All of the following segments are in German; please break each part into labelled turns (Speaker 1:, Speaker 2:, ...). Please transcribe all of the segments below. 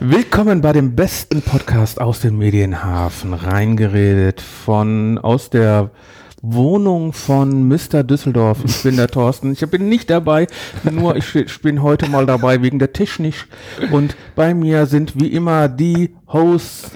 Speaker 1: Willkommen bei dem besten Podcast aus dem Medienhafen. Reingeredet von aus der Wohnung von Mr. Düsseldorf. Ich bin der Thorsten. Ich bin nicht dabei, nur ich bin heute mal dabei wegen der Technik. Und bei mir sind wie immer die Hosts,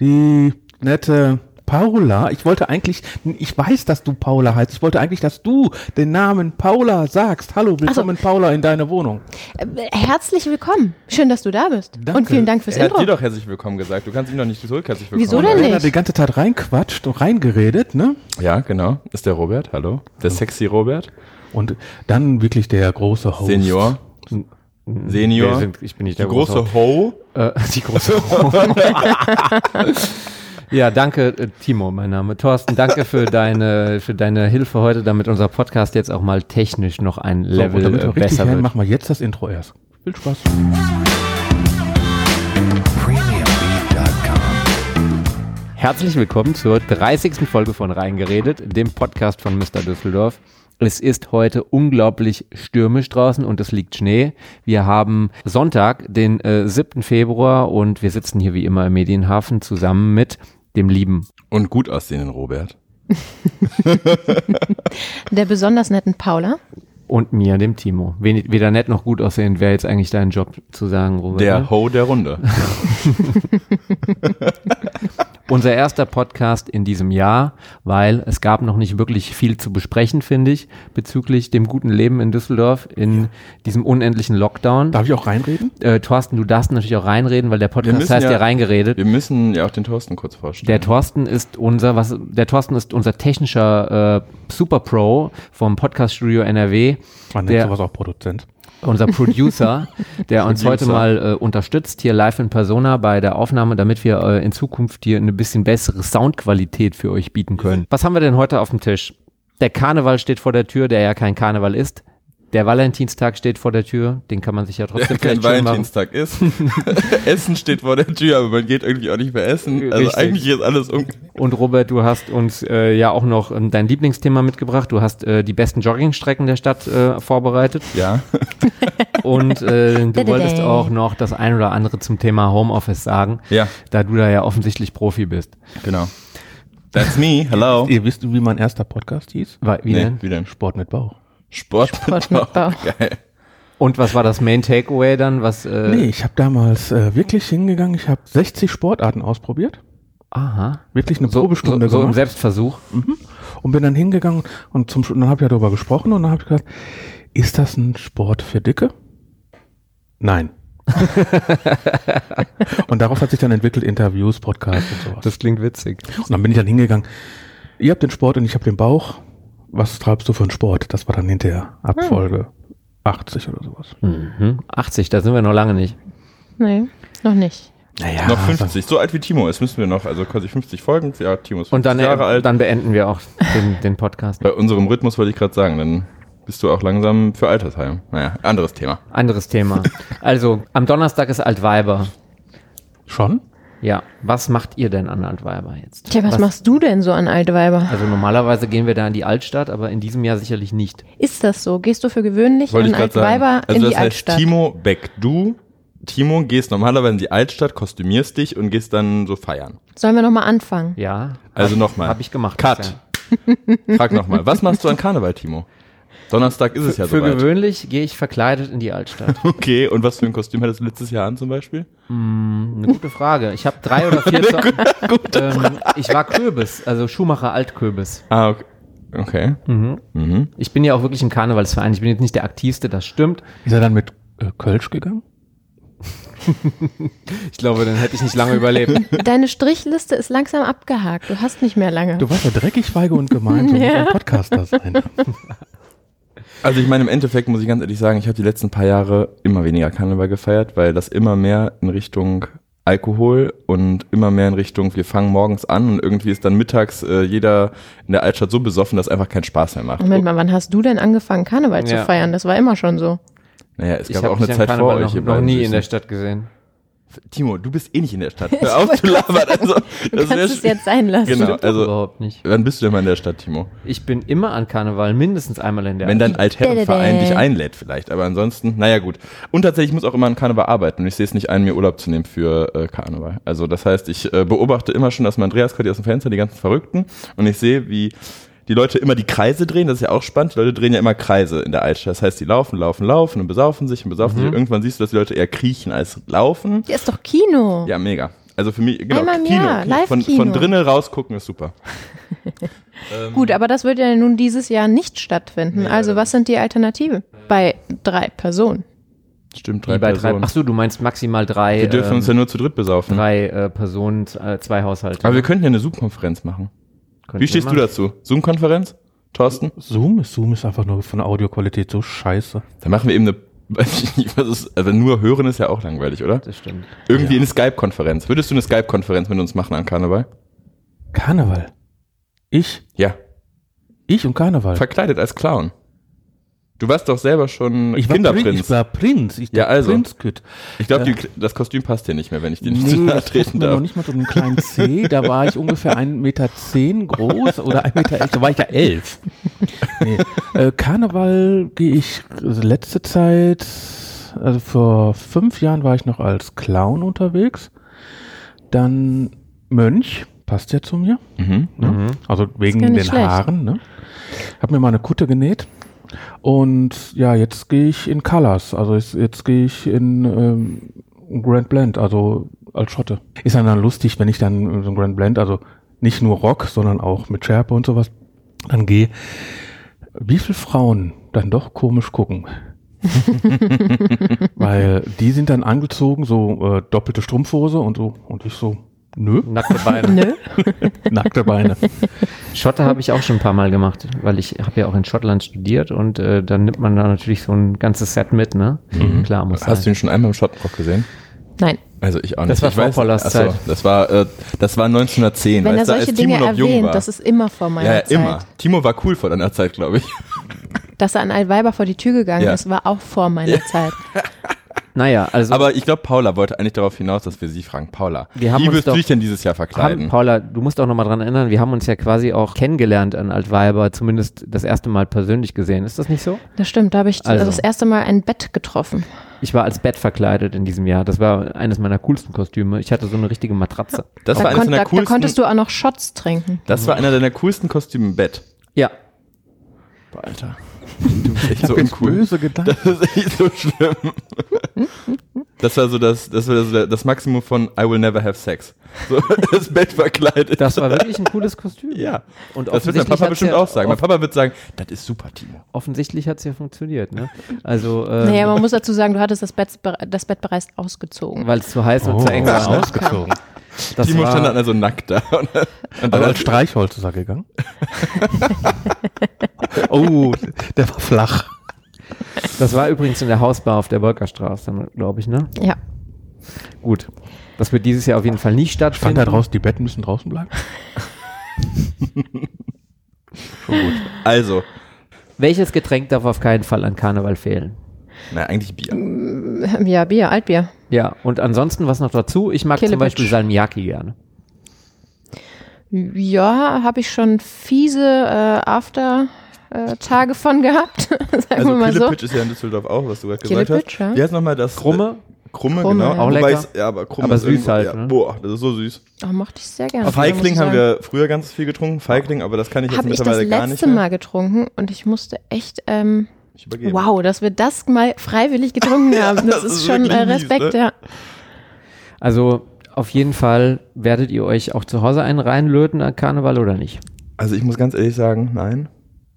Speaker 1: die nette Paula. Ich wollte eigentlich, ich weiß, dass du Paula heißt. Ich wollte eigentlich, dass du den Namen Paula sagst. Hallo, willkommen Paula in deine Wohnung.
Speaker 2: Äh, Herzlich willkommen. Schön, dass du da bist.
Speaker 1: Danke.
Speaker 2: Und vielen Dank fürs
Speaker 3: Er hat
Speaker 2: Intro.
Speaker 3: dir doch herzlich willkommen gesagt. Du kannst ihm doch nicht zurück herzlich willkommen.
Speaker 2: Wieso denn
Speaker 3: sagen.
Speaker 1: Wenn er
Speaker 2: nicht?
Speaker 1: die ganze Zeit reinquatscht und reingeredet, ne?
Speaker 3: Ja, genau. Ist der Robert, hallo. Der sexy Robert.
Speaker 1: Und dann wirklich der
Speaker 3: Oh.
Speaker 1: große Host.
Speaker 3: Senior. Senior.
Speaker 4: Wir sind, ich bin nicht
Speaker 3: die
Speaker 4: der große.
Speaker 3: große Ho.
Speaker 4: Äh, die große. Ho- ja, danke, äh, Timo, mein Name. Thorsten, danke für deine, für deine Hilfe heute, damit unser Podcast jetzt auch mal technisch noch ein
Speaker 1: So,
Speaker 4: Level
Speaker 1: und damit wir
Speaker 4: äh,
Speaker 1: richtig
Speaker 4: besser
Speaker 1: werden,
Speaker 4: wird.
Speaker 1: machen wir jetzt das Intro erst. Viel Spaß.
Speaker 4: Herzlich willkommen zur 30. Folge von Reingeredet, dem Podcast von Mr. Düsseldorf. Es ist heute unglaublich stürmisch draußen und es liegt Schnee. Wir haben Sonntag, den äh, 7. Februar und wir sitzen hier wie immer im Medienhafen zusammen mit dem lieben
Speaker 3: Und gut aussehenden Robert.
Speaker 2: Der besonders netten Paula.
Speaker 4: und mir, dem Timo. Wenig, weder nett noch gut aussehend wäre jetzt eigentlich dein Job zu sagen, Robert.
Speaker 3: Der
Speaker 4: ne?
Speaker 3: Ho der Runde.
Speaker 4: Unser erster Podcast in diesem Jahr, weil es gab noch nicht wirklich viel zu besprechen, finde ich, bezüglich dem guten Leben in Düsseldorf, in diesem unendlichen Lockdown.
Speaker 1: Darf ich auch reinreden?
Speaker 4: Äh, Thorsten, du darfst natürlich auch reinreden, weil der
Speaker 3: Wir
Speaker 4: Podcast
Speaker 3: müssen
Speaker 4: heißt ja,
Speaker 3: ja-
Speaker 4: reingeredet.
Speaker 3: Wir müssen ja auch den Thorsten kurz vorstellen.
Speaker 4: Der Thorsten ist unser, was, der Thorsten ist unser technischer äh, Super Pro vom Podcaststudio NRW.
Speaker 1: Man nennt
Speaker 4: Der-
Speaker 1: sowas auch Produzent.
Speaker 4: unser Producer, der uns heute
Speaker 3: Producer.
Speaker 4: mal äh, unterstützt, hier live in Persona bei der Aufnahme, damit wir äh, in Zukunft hier eine bisschen bessere Soundqualität für euch bieten können. Was haben wir denn heute auf dem Tisch? Der Karneval steht vor der Tür, der ja kein Karneval ist. Der Valentinstag steht vor der Tür, den kann man sich ja trotzdem
Speaker 3: kein
Speaker 4: vielleicht schon machen.
Speaker 3: Valentinstag ist. Essen steht vor der Tür, aber man geht irgendwie auch nicht mehr essen. Also
Speaker 4: Richtig.
Speaker 3: eigentlich ist alles um.
Speaker 4: Und Robert, du hast uns äh, ja auch noch ähm, dein Lieblingsthema mitgebracht. Du hast äh, die besten Joggingstrecken der Stadt äh, vorbereitet.
Speaker 3: Ja.
Speaker 4: Und äh, du
Speaker 2: Dadadä.
Speaker 4: wolltest auch noch das ein oder andere zum Thema Homeoffice sagen,
Speaker 3: Ja.
Speaker 4: da du da ja offensichtlich Profi bist.
Speaker 3: Genau. That's me. Hello.
Speaker 1: Ihr wisst, wie mein erster Podcast hieß?
Speaker 4: Weil, wie denn?
Speaker 3: wie denn?
Speaker 1: Sport mit Bauch.
Speaker 3: Sport.
Speaker 2: Sport mit Bauch.
Speaker 3: Geil.
Speaker 4: Und was war das Main Takeaway dann? Was? Äh,
Speaker 1: Nee, ich habe damals äh, wirklich hingegangen. Ich habe 60 Sportarten ausprobiert.
Speaker 4: Aha.
Speaker 1: Wirklich eine
Speaker 4: So, so,
Speaker 1: Probestunde
Speaker 4: so im
Speaker 1: gemacht.
Speaker 4: Selbstversuch.
Speaker 1: Und bin dann hingegangen und zum Schluss- und dann habe ich ja darüber gesprochen und dann habe ich gesagt, ist das ein Sport für Dicke? Nein. und darauf hat sich dann entwickelt Interviews, Podcasts und sowas.
Speaker 4: Das klingt witzig.
Speaker 1: Und dann bin ich dann hingegangen. Ihr habt den Sport und ich habe den Bauch. Was treibst du für einen Sport? Das war dann hinterher Abfolge 80 oder sowas.
Speaker 4: Mhm. 80, da sind wir noch lange nicht.
Speaker 2: Nee, noch nicht.
Speaker 1: Naja,
Speaker 4: Ah,
Speaker 3: Noch 50. So alt wie Timo ist, müssen wir noch. Also quasi 50 Folgen. Ja, Timo ist 50
Speaker 4: Und dann,
Speaker 3: Jahre
Speaker 4: äh,
Speaker 3: alt.
Speaker 4: dann beenden wir auch den, den Podcast.
Speaker 3: Bei unserem Rhythmus wollte ich gerade sagen, dann bist du auch langsam für Altersheim. Naja, anderes Thema.
Speaker 4: Anderes Thema. Also, am Donnerstag ist Altweiber.
Speaker 1: Schon?
Speaker 4: Ja. Was macht ihr denn an Altweiber jetzt?
Speaker 2: Tja, was, machst du denn so an alte Weiber?
Speaker 4: Also normalerweise gehen wir da in die Altstadt, aber in diesem Jahr sicherlich nicht.
Speaker 2: Ist das so? Gehst du für gewöhnlich
Speaker 3: Wollte
Speaker 2: an
Speaker 3: ich gerade
Speaker 2: alte
Speaker 3: sagen.
Speaker 2: Weiber in
Speaker 3: Also
Speaker 2: die
Speaker 3: das heißt,
Speaker 2: Altstadt?
Speaker 3: Timo Beck, du, Timo, gehst normalerweise in die Altstadt, kostümierst dich und gehst dann so feiern.
Speaker 2: Sollen wir nochmal anfangen?
Speaker 4: Ja.
Speaker 3: Also nochmal.
Speaker 4: Habe ich gemacht.
Speaker 3: Cut.
Speaker 4: bisher.
Speaker 3: Frag nochmal. Was machst du an Karneval, Timo? Donnerstag ist es ja
Speaker 4: Für
Speaker 3: soweit.
Speaker 4: gewöhnlich gehe ich verkleidet in die Altstadt.
Speaker 3: Okay, und was für ein Kostüm hattest du letztes Jahr an zum Beispiel?
Speaker 4: Eine gute Frage. Ich habe drei oder vier. Zo- ähm, ich war Kürbis, also Schumacher Altkürbis.
Speaker 3: Ah, okay. Okay. Mhm.
Speaker 4: Ich bin ja auch wirklich im Karnevalsverein. Ich bin jetzt nicht der aktivste, das stimmt.
Speaker 1: Ist er dann mit äh, Kölsch gegangen?
Speaker 4: Ich glaube, dann hätte ich nicht lange überlebt.
Speaker 2: Deine Strichliste ist langsam abgehakt. Du hast nicht mehr lange.
Speaker 1: Du warst ja dreckig, feige und gemein. Du musst ein Podcaster sein.
Speaker 3: Also ich meine, im Endeffekt muss ich ganz ehrlich sagen, ich habe die letzten paar Jahre immer weniger Karneval gefeiert, weil das immer mehr in Richtung Alkohol und immer mehr in Richtung, wir fangen morgens an und irgendwie ist dann mittags äh, jeder in der Altstadt so besoffen, dass einfach keinen Spaß mehr macht.
Speaker 2: Moment mal, wann hast du denn angefangen, Karneval
Speaker 4: Ja.
Speaker 2: zu feiern? Das war immer schon so.
Speaker 3: Naja, es
Speaker 4: Ich
Speaker 3: gab
Speaker 4: habe
Speaker 3: auch eine
Speaker 4: am
Speaker 3: Zeit vor
Speaker 4: Karneval
Speaker 3: euch.
Speaker 4: noch,
Speaker 3: ihr
Speaker 4: noch
Speaker 3: beiden
Speaker 4: nie
Speaker 3: Süßen.
Speaker 4: in der Stadt gesehen.
Speaker 3: Timo, du bist eh nicht in der Stadt. Hör auf zu labern. Also,
Speaker 2: Du
Speaker 3: das wär
Speaker 2: kannst es
Speaker 3: sch-
Speaker 2: jetzt sein lassen.
Speaker 3: Genau, also
Speaker 4: Überhaupt nicht.
Speaker 3: wann bist du denn mal in der Stadt, Timo?
Speaker 4: Ich bin immer an Karneval, mindestens einmal in der
Speaker 3: Wenn dein
Speaker 2: Dä,
Speaker 3: Altherrenverein
Speaker 2: dä, dä.
Speaker 3: dich einlädt vielleicht, aber ansonsten, naja gut. Und tatsächlich ich muss auch immer an Karneval arbeiten und ich sehe es nicht ein, mir Urlaub zu nehmen für äh, Karneval. Also das heißt, ich äh, beobachte immer schon, dass mein Andreas kommt hier aus dem Fenster, die ganzen Verrückten und ich sehe, wie die Leute immer die Kreise drehen, das ist ja auch spannend, die Leute drehen ja immer Kreise in der Altstadt. Das heißt, die laufen, laufen, laufen und besaufen sich und besaufen
Speaker 2: Mhm.
Speaker 3: sich. Irgendwann siehst du, dass die Leute eher kriechen als laufen.
Speaker 2: Ja, ist doch Kino.
Speaker 3: Ja, mega. Also für mich, genau,
Speaker 2: Einmal im Jahr,
Speaker 3: von,
Speaker 2: Live-Kino.
Speaker 3: von drinnen rausgucken ist super.
Speaker 2: Gut, aber das wird ja nun dieses Jahr nicht stattfinden. also was sind die Alternative? Bei drei Personen.
Speaker 3: Stimmt,
Speaker 4: Wie bei drei. Ach so, du meinst maximal drei. ähm,
Speaker 3: Wir dürfen uns ja nur zu dritt besaufen.
Speaker 4: drei äh, Personen, z- äh, zwei Haushalte.
Speaker 3: Aber wir könnten ja eine Zoom-Konferenz machen.
Speaker 4: Könnten
Speaker 3: Wie
Speaker 4: wir
Speaker 3: stehst du
Speaker 4: machen.
Speaker 3: dazu? Zoom-Konferenz? Thorsten?
Speaker 1: Zoom ist, Zoom ist einfach nur von der Audioqualität so scheiße.
Speaker 3: Dann machen wir eben eine. Weiß ich nicht, was ist- Also nur hören ist ja auch langweilig, oder?
Speaker 4: Das stimmt.
Speaker 3: Irgendwie eine Skype-Konferenz. Würdest du eine Skype-Konferenz mit uns machen an Karneval?
Speaker 1: Karneval. Ich,
Speaker 3: Ja.
Speaker 1: ich und Karneval.
Speaker 3: Verkleidet als Clown. Du warst doch selber schon
Speaker 1: ich war Prin-
Speaker 3: Kinderprinz.
Speaker 1: Ich war Prinz. Ich
Speaker 3: Ja,
Speaker 1: war
Speaker 3: also.
Speaker 1: Prinzküt.
Speaker 3: Ich glaube, das Kostüm passt dir nicht mehr, wenn ich dir nicht zu
Speaker 1: Nee,
Speaker 3: nahe
Speaker 1: ich trete
Speaker 3: treten
Speaker 1: mir noch
Speaker 3: darf.
Speaker 1: nicht mal so einen kleinen C. Da war ich ungefähr 1,10 Meter zehn groß oder 1,11 Meter. elf, Da war ich ja elf. Nee. Äh, Karneval gehe ich also letzte Zeit, also vor fünf Jahren war ich noch als Clown unterwegs. Dann Mönch, passt ja zu mir.
Speaker 3: Mhm.
Speaker 1: Ne? Also wegen
Speaker 2: gar
Speaker 1: den
Speaker 2: nicht schlecht.
Speaker 1: Haaren. Ne? Hab mir mal eine Kutte genäht. Und ja, jetzt gehe ich in Colors. Also jetzt, jetzt gehe ich in ähm, Grand Blend, also als Schotte. Ist dann, dann lustig, wenn ich dann in so einem Grand Blend, also nicht nur Rock, sondern auch mit Schärpe und sowas, dann gehe. Wie viele Frauen dann doch komisch gucken? Weil die sind dann angezogen, so äh, doppelte Strumpfhose und so. Und ich so, nö,
Speaker 4: Nackte Beine.
Speaker 2: Nö.
Speaker 1: nackte Beine.
Speaker 4: Schotter habe ich auch schon ein paar Mal gemacht, weil ich habe ja auch in Schottland studiert und äh, dann nimmt man da natürlich so ein ganzes Set mit, ne? Klar, muss
Speaker 3: Mhm. Hast du
Speaker 4: sein.
Speaker 3: ihn schon einmal im Schottenrock gesehen?
Speaker 2: Nein.
Speaker 3: Also ich auch nicht.
Speaker 4: Das war
Speaker 3: ich
Speaker 4: vor
Speaker 3: weiß-
Speaker 4: Pollas
Speaker 3: Achso,
Speaker 4: Zeit.
Speaker 3: Das war, äh, das war 1910.
Speaker 2: Wenn er
Speaker 3: weißt du, als
Speaker 2: solche
Speaker 3: Timo
Speaker 2: Dinge
Speaker 3: noch jung
Speaker 2: erwähnt,
Speaker 3: war.
Speaker 2: das ist immer vor meiner
Speaker 3: Ja, ja
Speaker 2: Zeit.
Speaker 3: immer. Timo war cool vor deiner Zeit, glaube ich.
Speaker 2: Dass er an Altweiber vor die Tür gegangen
Speaker 3: Ja.
Speaker 2: ist, war auch vor meiner Zeit.
Speaker 4: Naja, also
Speaker 3: Aber ich glaube, Paula wollte eigentlich darauf hinaus, dass wir sie fragen. Paula,
Speaker 4: Wir haben
Speaker 3: wie
Speaker 4: uns
Speaker 3: wirst du
Speaker 4: doch-
Speaker 3: dich denn dieses Jahr
Speaker 4: haben,
Speaker 3: verkleiden?
Speaker 4: Paula, du musst auch nochmal dran erinnern, wir haben uns ja quasi auch kennengelernt an Altweiber, zumindest das erste Mal persönlich gesehen. Ist das nicht so?
Speaker 2: Das stimmt, da habe ich
Speaker 4: Also.
Speaker 2: das erste Mal ein Bett getroffen.
Speaker 4: Ich war als Bett verkleidet in diesem Jahr. Das war eines meiner coolsten Kostüme. Ich hatte so eine richtige Matratze.
Speaker 3: Das war,
Speaker 2: Da,
Speaker 3: eines
Speaker 2: kon
Speaker 3: deiner
Speaker 2: da, da
Speaker 3: coolsten,
Speaker 2: konntest du auch noch Shots trinken.
Speaker 3: das war einer deiner coolsten Kostüme im Bett.
Speaker 4: Ja.
Speaker 3: Alter. Du bist echt so
Speaker 1: Jetzt
Speaker 3: uncool.
Speaker 1: böse Gedanken.
Speaker 3: Das ist echt so schlimm. Das war so das, das, war so das Maximum von I will never have sex. So, das Bett verkleidet.
Speaker 4: Das war wirklich ein cooles Kostüm.
Speaker 3: ja.
Speaker 4: Und
Speaker 3: Das wird mein
Speaker 4: offensichtlich
Speaker 3: Papa
Speaker 4: hat's
Speaker 3: bestimmt
Speaker 4: ja
Speaker 3: auch sagen. Mein Papa wird sagen, das ist super, Timo.
Speaker 4: offensichtlich hat es ja funktioniert, ne? Also, äh,
Speaker 3: Ähm.
Speaker 2: Naja, man muss dazu sagen, du hattest das Bett, bere- das Bett bereits ausgezogen.
Speaker 4: weil es zu heiß und
Speaker 3: Oh.
Speaker 1: Oh.
Speaker 4: zu eng war. ne?
Speaker 1: ausgezogen.
Speaker 4: Das
Speaker 3: Timo
Speaker 4: war,
Speaker 3: stand dann also nackt da. Und dann, halt und
Speaker 1: Also
Speaker 3: dann
Speaker 1: als Streichholz ist er gegangen. oh, der war flach.
Speaker 4: das war übrigens in der Hausbar auf der Wolkerstraße, glaube ich, ne?
Speaker 2: Ja.
Speaker 4: Gut. Das wird dieses Jahr auf jeden Fall nicht stattfinden.
Speaker 1: Stand da draußen, die Betten müssen draußen bleiben.
Speaker 3: also,
Speaker 4: Welches Getränk darf auf keinen Fall an Karneval fehlen?
Speaker 3: na eigentlich Bier.
Speaker 2: Ja, Bier, Altbier.
Speaker 4: Ja, und ansonsten was noch dazu? Ich mag zum
Speaker 2: Killebitsch.
Speaker 4: Beispiel Salmiakki gerne.
Speaker 2: Ja, habe ich schon fiese äh, After-Tage von gehabt, sagen wir
Speaker 3: Also
Speaker 2: mal so.
Speaker 3: Killepitch ist ja in Düsseldorf auch, was du gerade gesagt
Speaker 2: Killepitch,
Speaker 3: hast.
Speaker 2: ja.
Speaker 3: Wie heißt nochmal das?
Speaker 4: Krumme?
Speaker 3: Krumme,
Speaker 2: Krumme,
Speaker 3: genau.
Speaker 2: ja.
Speaker 4: Auch
Speaker 3: Wobei
Speaker 4: lecker.
Speaker 3: ich's- ja, aber krumme
Speaker 4: Aber
Speaker 3: ist
Speaker 4: süß
Speaker 3: irgendwie-
Speaker 4: halt,
Speaker 3: Ja,
Speaker 4: ne?
Speaker 3: Boah, das ist so süß.
Speaker 2: Oh, mochte ich sehr gerne.
Speaker 3: Feigling
Speaker 2: muss ich
Speaker 3: haben
Speaker 2: sagen.
Speaker 3: wir früher ganz viel getrunken. Feigling, aber das kann ich jetzt
Speaker 2: Habe ich das
Speaker 3: mittlerweile gar nicht
Speaker 2: letzte
Speaker 3: mehr.
Speaker 2: Mal getrunken und ich musste echt, ähm,
Speaker 3: Ich übergebe.
Speaker 2: wow, dass wir das mal freiwillig getrunken haben. Das,
Speaker 3: das
Speaker 2: ist,
Speaker 3: ist
Speaker 2: schon
Speaker 3: wirklich
Speaker 2: äh,
Speaker 3: mies,
Speaker 2: Respekt,
Speaker 3: ne?
Speaker 2: ja.
Speaker 4: Also auf jeden Fall werdet ihr euch auch zu Hause einen reinlöten an Karneval oder nicht?
Speaker 3: Also ich muss ganz ehrlich sagen, nein.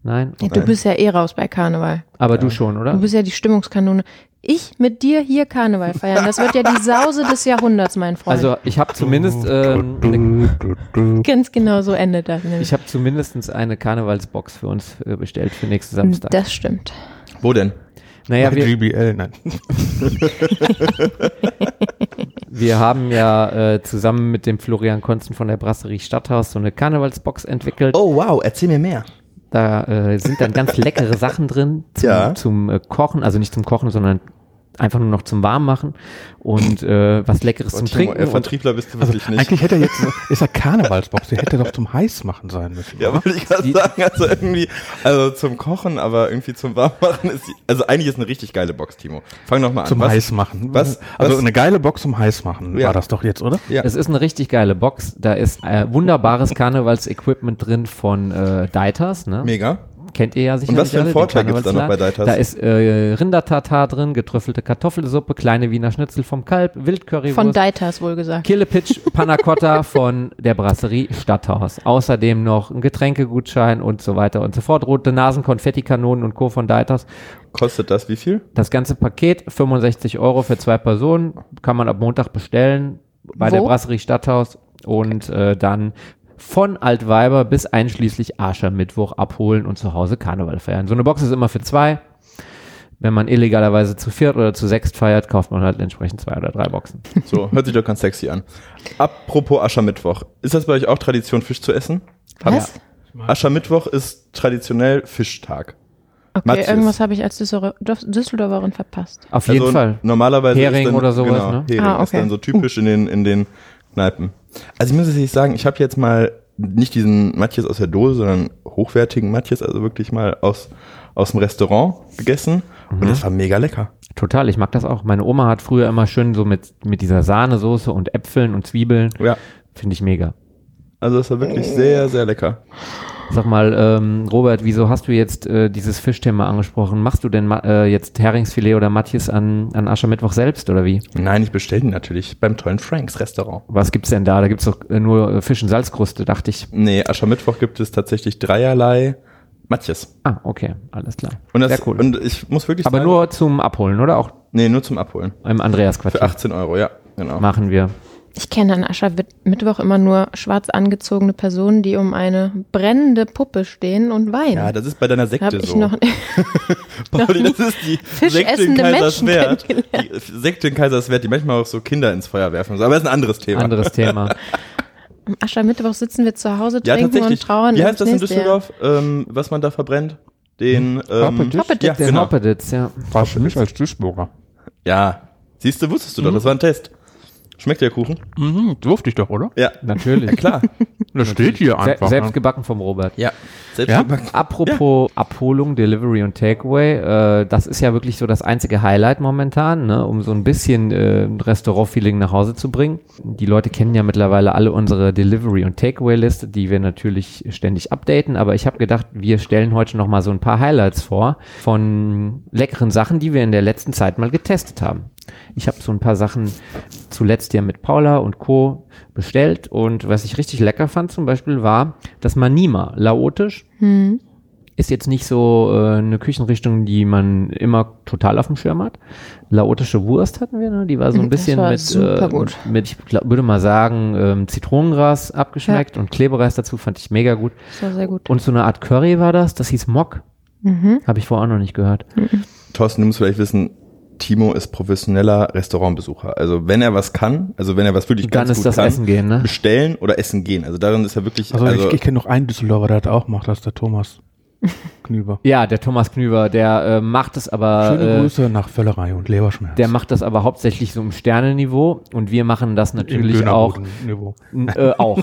Speaker 4: Nein?
Speaker 2: ja. Du
Speaker 3: Nein.
Speaker 2: bist ja eh raus bei Karneval.
Speaker 4: Aber du schon, oder?
Speaker 2: Du bist ja die Stimmungskanone. Ich mit dir hier Karneval feiern, das wird ja die Sause des Jahrhunderts, mein Freund.
Speaker 4: Also ich habe zumindest ähm, eine,
Speaker 2: Ganz genau so endet das nämlich.
Speaker 4: ich habe zumindestens eine Karnevalsbox für uns äh, bestellt für nächsten Samstag.
Speaker 2: Das stimmt.
Speaker 3: Wo denn?
Speaker 4: naja, wir,
Speaker 1: GBL, nein.
Speaker 4: wir haben ja äh, zusammen mit dem Florian Konzen von der Brasserie Stadthaus so eine Karnevalsbox entwickelt.
Speaker 3: Oh wow, erzähl mir mehr.
Speaker 4: Da äh, sind dann ganz leckere Sachen drin zum,
Speaker 3: Ja.
Speaker 4: zum äh, Kochen, also nicht zum Kochen, sondern einfach nur noch zum Warmmachen und äh, was Leckeres zum
Speaker 3: Timo,
Speaker 4: Trinken.
Speaker 3: äh,
Speaker 4: Und, Also
Speaker 3: Vertriebler bist du wirklich nicht.
Speaker 1: Eigentlich hätte er jetzt, ist er Karnevalsbox, der hätte doch zum Heißmachen sein müssen.
Speaker 3: Ja, wollte ich gerade sagen, also irgendwie, also zum Kochen, aber irgendwie zum Warmmachen ist, die- also eigentlich ist eine richtig geile Box, Timo. Fang noch mal an.
Speaker 1: Zum
Speaker 3: Was-
Speaker 1: Heißmachen.
Speaker 3: was-
Speaker 1: Also
Speaker 3: was-
Speaker 1: eine geile Box zum Heißmachen
Speaker 3: Ja.
Speaker 1: war das doch jetzt, oder?
Speaker 3: Ja.
Speaker 4: Es ist eine richtig geile Box. Da ist äh, wunderbares Karnevals-Equipment drin von äh, Deiters. Ne?
Speaker 3: Mega.
Speaker 4: Kennt ihr ja sicherlich.
Speaker 3: was für einen
Speaker 4: alle, den
Speaker 3: Vorteil gibt's da noch bei
Speaker 4: Karnevalsladen.
Speaker 3: Deiters?
Speaker 4: Da ist äh, Rindertartar drin, getrüffelte Kartoffelsuppe, kleine Wiener Schnitzel vom Kalb, Wildcurrywurst.
Speaker 2: Von Deitas wohlgesagt.
Speaker 4: Killepitch Panna Cotta von der Brasserie Stadthaus. Außerdem noch ein Getränkegutschein und so weiter und so fort. Rote Nasen, Konfettikanonen und Co. von Deiters.
Speaker 3: Kostet das wie viel?
Speaker 4: Das ganze Paket 65 Euro für zwei Personen. Kann man ab Montag bestellen bei
Speaker 2: Wo?
Speaker 4: der Brasserie Stadthaus und äh, dann von Altweiber bis einschließlich Aschermittwoch abholen und zu Hause Karneval feiern. So eine Box ist immer für zwei. Wenn man illegalerweise zu viert oder zu sechst feiert, kauft man halt entsprechend zwei oder drei Boxen.
Speaker 3: So, hört sich doch ganz sexy an. Apropos Aschermittwoch. Ist das bei euch auch Tradition, Fisch zu essen?
Speaker 2: Was?
Speaker 3: Aschermittwoch ist traditionell Fischtag.
Speaker 2: Okay,
Speaker 3: Matthias.
Speaker 2: irgendwas habe ich als Düsseldor- Düsseldorferin verpasst.
Speaker 4: Auf
Speaker 3: Also
Speaker 4: jeden Fall.
Speaker 3: Normalerweise
Speaker 4: Hering
Speaker 3: ist dann,
Speaker 4: oder sowas,
Speaker 3: Genau,
Speaker 4: ne?
Speaker 3: Hering
Speaker 2: Ah,
Speaker 3: ist
Speaker 2: okay.
Speaker 3: dann so typisch in den in den Kneipen. Also ich muss tatsächlich sagen, ich habe jetzt mal nicht diesen Matthias aus der Dose, sondern hochwertigen Matthias, also wirklich mal aus aus dem Restaurant gegessen
Speaker 4: Mhm.
Speaker 3: und das war mega lecker.
Speaker 4: Total, ich mag das auch. Meine Oma hat früher immer schön so mit, mit dieser Sahnesoße und Äpfeln und Zwiebeln.
Speaker 3: Ja,
Speaker 4: Finde ich mega.
Speaker 3: also das war wirklich
Speaker 2: Oh.
Speaker 3: sehr sehr lecker.
Speaker 4: Sag mal, ähm, Robert, wieso hast du jetzt äh, dieses Fischthema angesprochen? Machst du denn ma- äh, jetzt Heringsfilet oder Matjes an, an Aschermittwoch selbst oder wie?
Speaker 3: Nein, ich bestelle den natürlich beim tollen Franks Restaurant.
Speaker 4: Was gibt's denn da? Da gibt's doch äh, nur äh, Fisch und Salzkruste, dachte ich.
Speaker 3: Nee, Aschermittwoch gibt es tatsächlich dreierlei Matthias.
Speaker 4: Ah, okay, alles klar.
Speaker 3: Und das
Speaker 4: Sehr cool.
Speaker 3: und ich muss wirklich
Speaker 4: Aber
Speaker 3: sagen,
Speaker 4: nur zum Abholen, oder? Auch
Speaker 3: nee, nur zum Abholen.
Speaker 4: im
Speaker 3: Für
Speaker 4: Andreas-Quartier
Speaker 3: 18 Euro, ja, genau.
Speaker 4: machen wir.
Speaker 2: Ich kenne an Aschermittwoch immer nur schwarz angezogene Personen, die um eine brennende Puppe stehen und weinen.
Speaker 3: Ja, das ist bei deiner Sekte
Speaker 2: habe ich
Speaker 3: so.
Speaker 2: noch
Speaker 3: Pauli,
Speaker 2: Noch
Speaker 3: das ist die Sekte in
Speaker 2: fischessende Menschen
Speaker 3: Kaiserswerth.
Speaker 2: kennengelernt.
Speaker 3: Die Sekte in Kaiserswerth, die manchmal auch so Kinder ins Feuer werfen. und so. Aber das ist ein anderes Thema.
Speaker 4: Anderes Thema.
Speaker 2: Am Aschermittwoch sitzen wir zu Hause,
Speaker 3: ja,
Speaker 2: trinken und
Speaker 3: tatsächlich.
Speaker 2: trauern.
Speaker 3: Wie
Speaker 2: ums
Speaker 3: heißt das in
Speaker 2: nächste Jahr.
Speaker 3: Düsseldorf, ähm, was man da verbrennt?
Speaker 4: Hm.
Speaker 3: Den, ähm,
Speaker 2: Hoppeditz.
Speaker 3: ja,
Speaker 4: Der
Speaker 3: genau.
Speaker 4: Hoppeditz, ja.
Speaker 1: War für mich als Duisburger.
Speaker 3: ja. Siehst du, wusstest
Speaker 4: Hm.
Speaker 3: du doch, das war ein Test. Schmeckt der Kuchen?
Speaker 1: Mhm, durfte ich doch, oder?
Speaker 3: Ja.
Speaker 4: Natürlich.
Speaker 3: Klar.
Speaker 1: Das steht hier
Speaker 4: Se
Speaker 1: einfach.
Speaker 4: selbst
Speaker 1: ne?
Speaker 4: gebacken vom Robert.
Speaker 3: ja. Selbst
Speaker 1: Ja?
Speaker 3: gebacken.
Speaker 4: Apropos Abholung, Delivery und Takeaway, äh, das ist ja wirklich so das einzige Highlight momentan, ne, um so ein bisschen äh, ein Restaurant-Feeling nach Hause zu bringen. Die Leute kennen ja mittlerweile alle unsere Delivery- und Takeaway-Liste, die wir natürlich ständig updaten, aber ich habe gedacht, wir stellen heute nochmal so ein paar Highlights vor von leckeren Sachen, die wir in der letzten Zeit mal getestet haben. Ich habe so ein paar Sachen zuletzt ja mit Paula und Co. bestellt und was ich richtig lecker fand zum Beispiel war das Manima, laotisch
Speaker 2: Hm,
Speaker 4: ist jetzt nicht so äh, eine Küchenrichtung, die man immer total auf dem Schirm hat. Laotische Wurst hatten wir, ne? die war so ein
Speaker 2: Mhm, Das
Speaker 4: bisschen
Speaker 2: war
Speaker 4: mit,
Speaker 2: super
Speaker 4: äh,
Speaker 2: gut.
Speaker 4: mit, ich glaub, würde mal sagen, ähm, Zitronengras abgeschmeckt und Klebereis dazu, fand ich mega gut.
Speaker 2: Das war sehr gut. Mhm.
Speaker 4: Und so eine Art Curry war das, das hieß Mock. Habe ich vorher auch noch nicht gehört.
Speaker 2: Hm.
Speaker 3: Thorsten, du musst vielleicht wissen, Timo ist professioneller Restaurantbesucher. Also wenn er was kann, also wenn er was wirklich
Speaker 4: Dann
Speaker 3: ganz
Speaker 4: ist
Speaker 3: gut
Speaker 4: das
Speaker 3: kann,
Speaker 4: Essen gehen, ne?
Speaker 3: bestellen oder essen gehen. Also darin ist er wirklich,
Speaker 1: Also,
Speaker 3: also
Speaker 1: ich, ich kenne noch einen Düsseldorfer, der das auch macht, das ist der Thomas Knüber.
Speaker 4: Ja, der Thomas Knüver, der äh, macht es aber.
Speaker 1: Schöne
Speaker 4: äh,
Speaker 1: Grüße nach Völlerei und Leberschmerz.
Speaker 4: Der macht das aber hauptsächlich so im Sternenniveau und wir machen das
Speaker 1: Im
Speaker 4: natürlich auch
Speaker 1: Dönerboden-Niveau.
Speaker 4: äh, auch.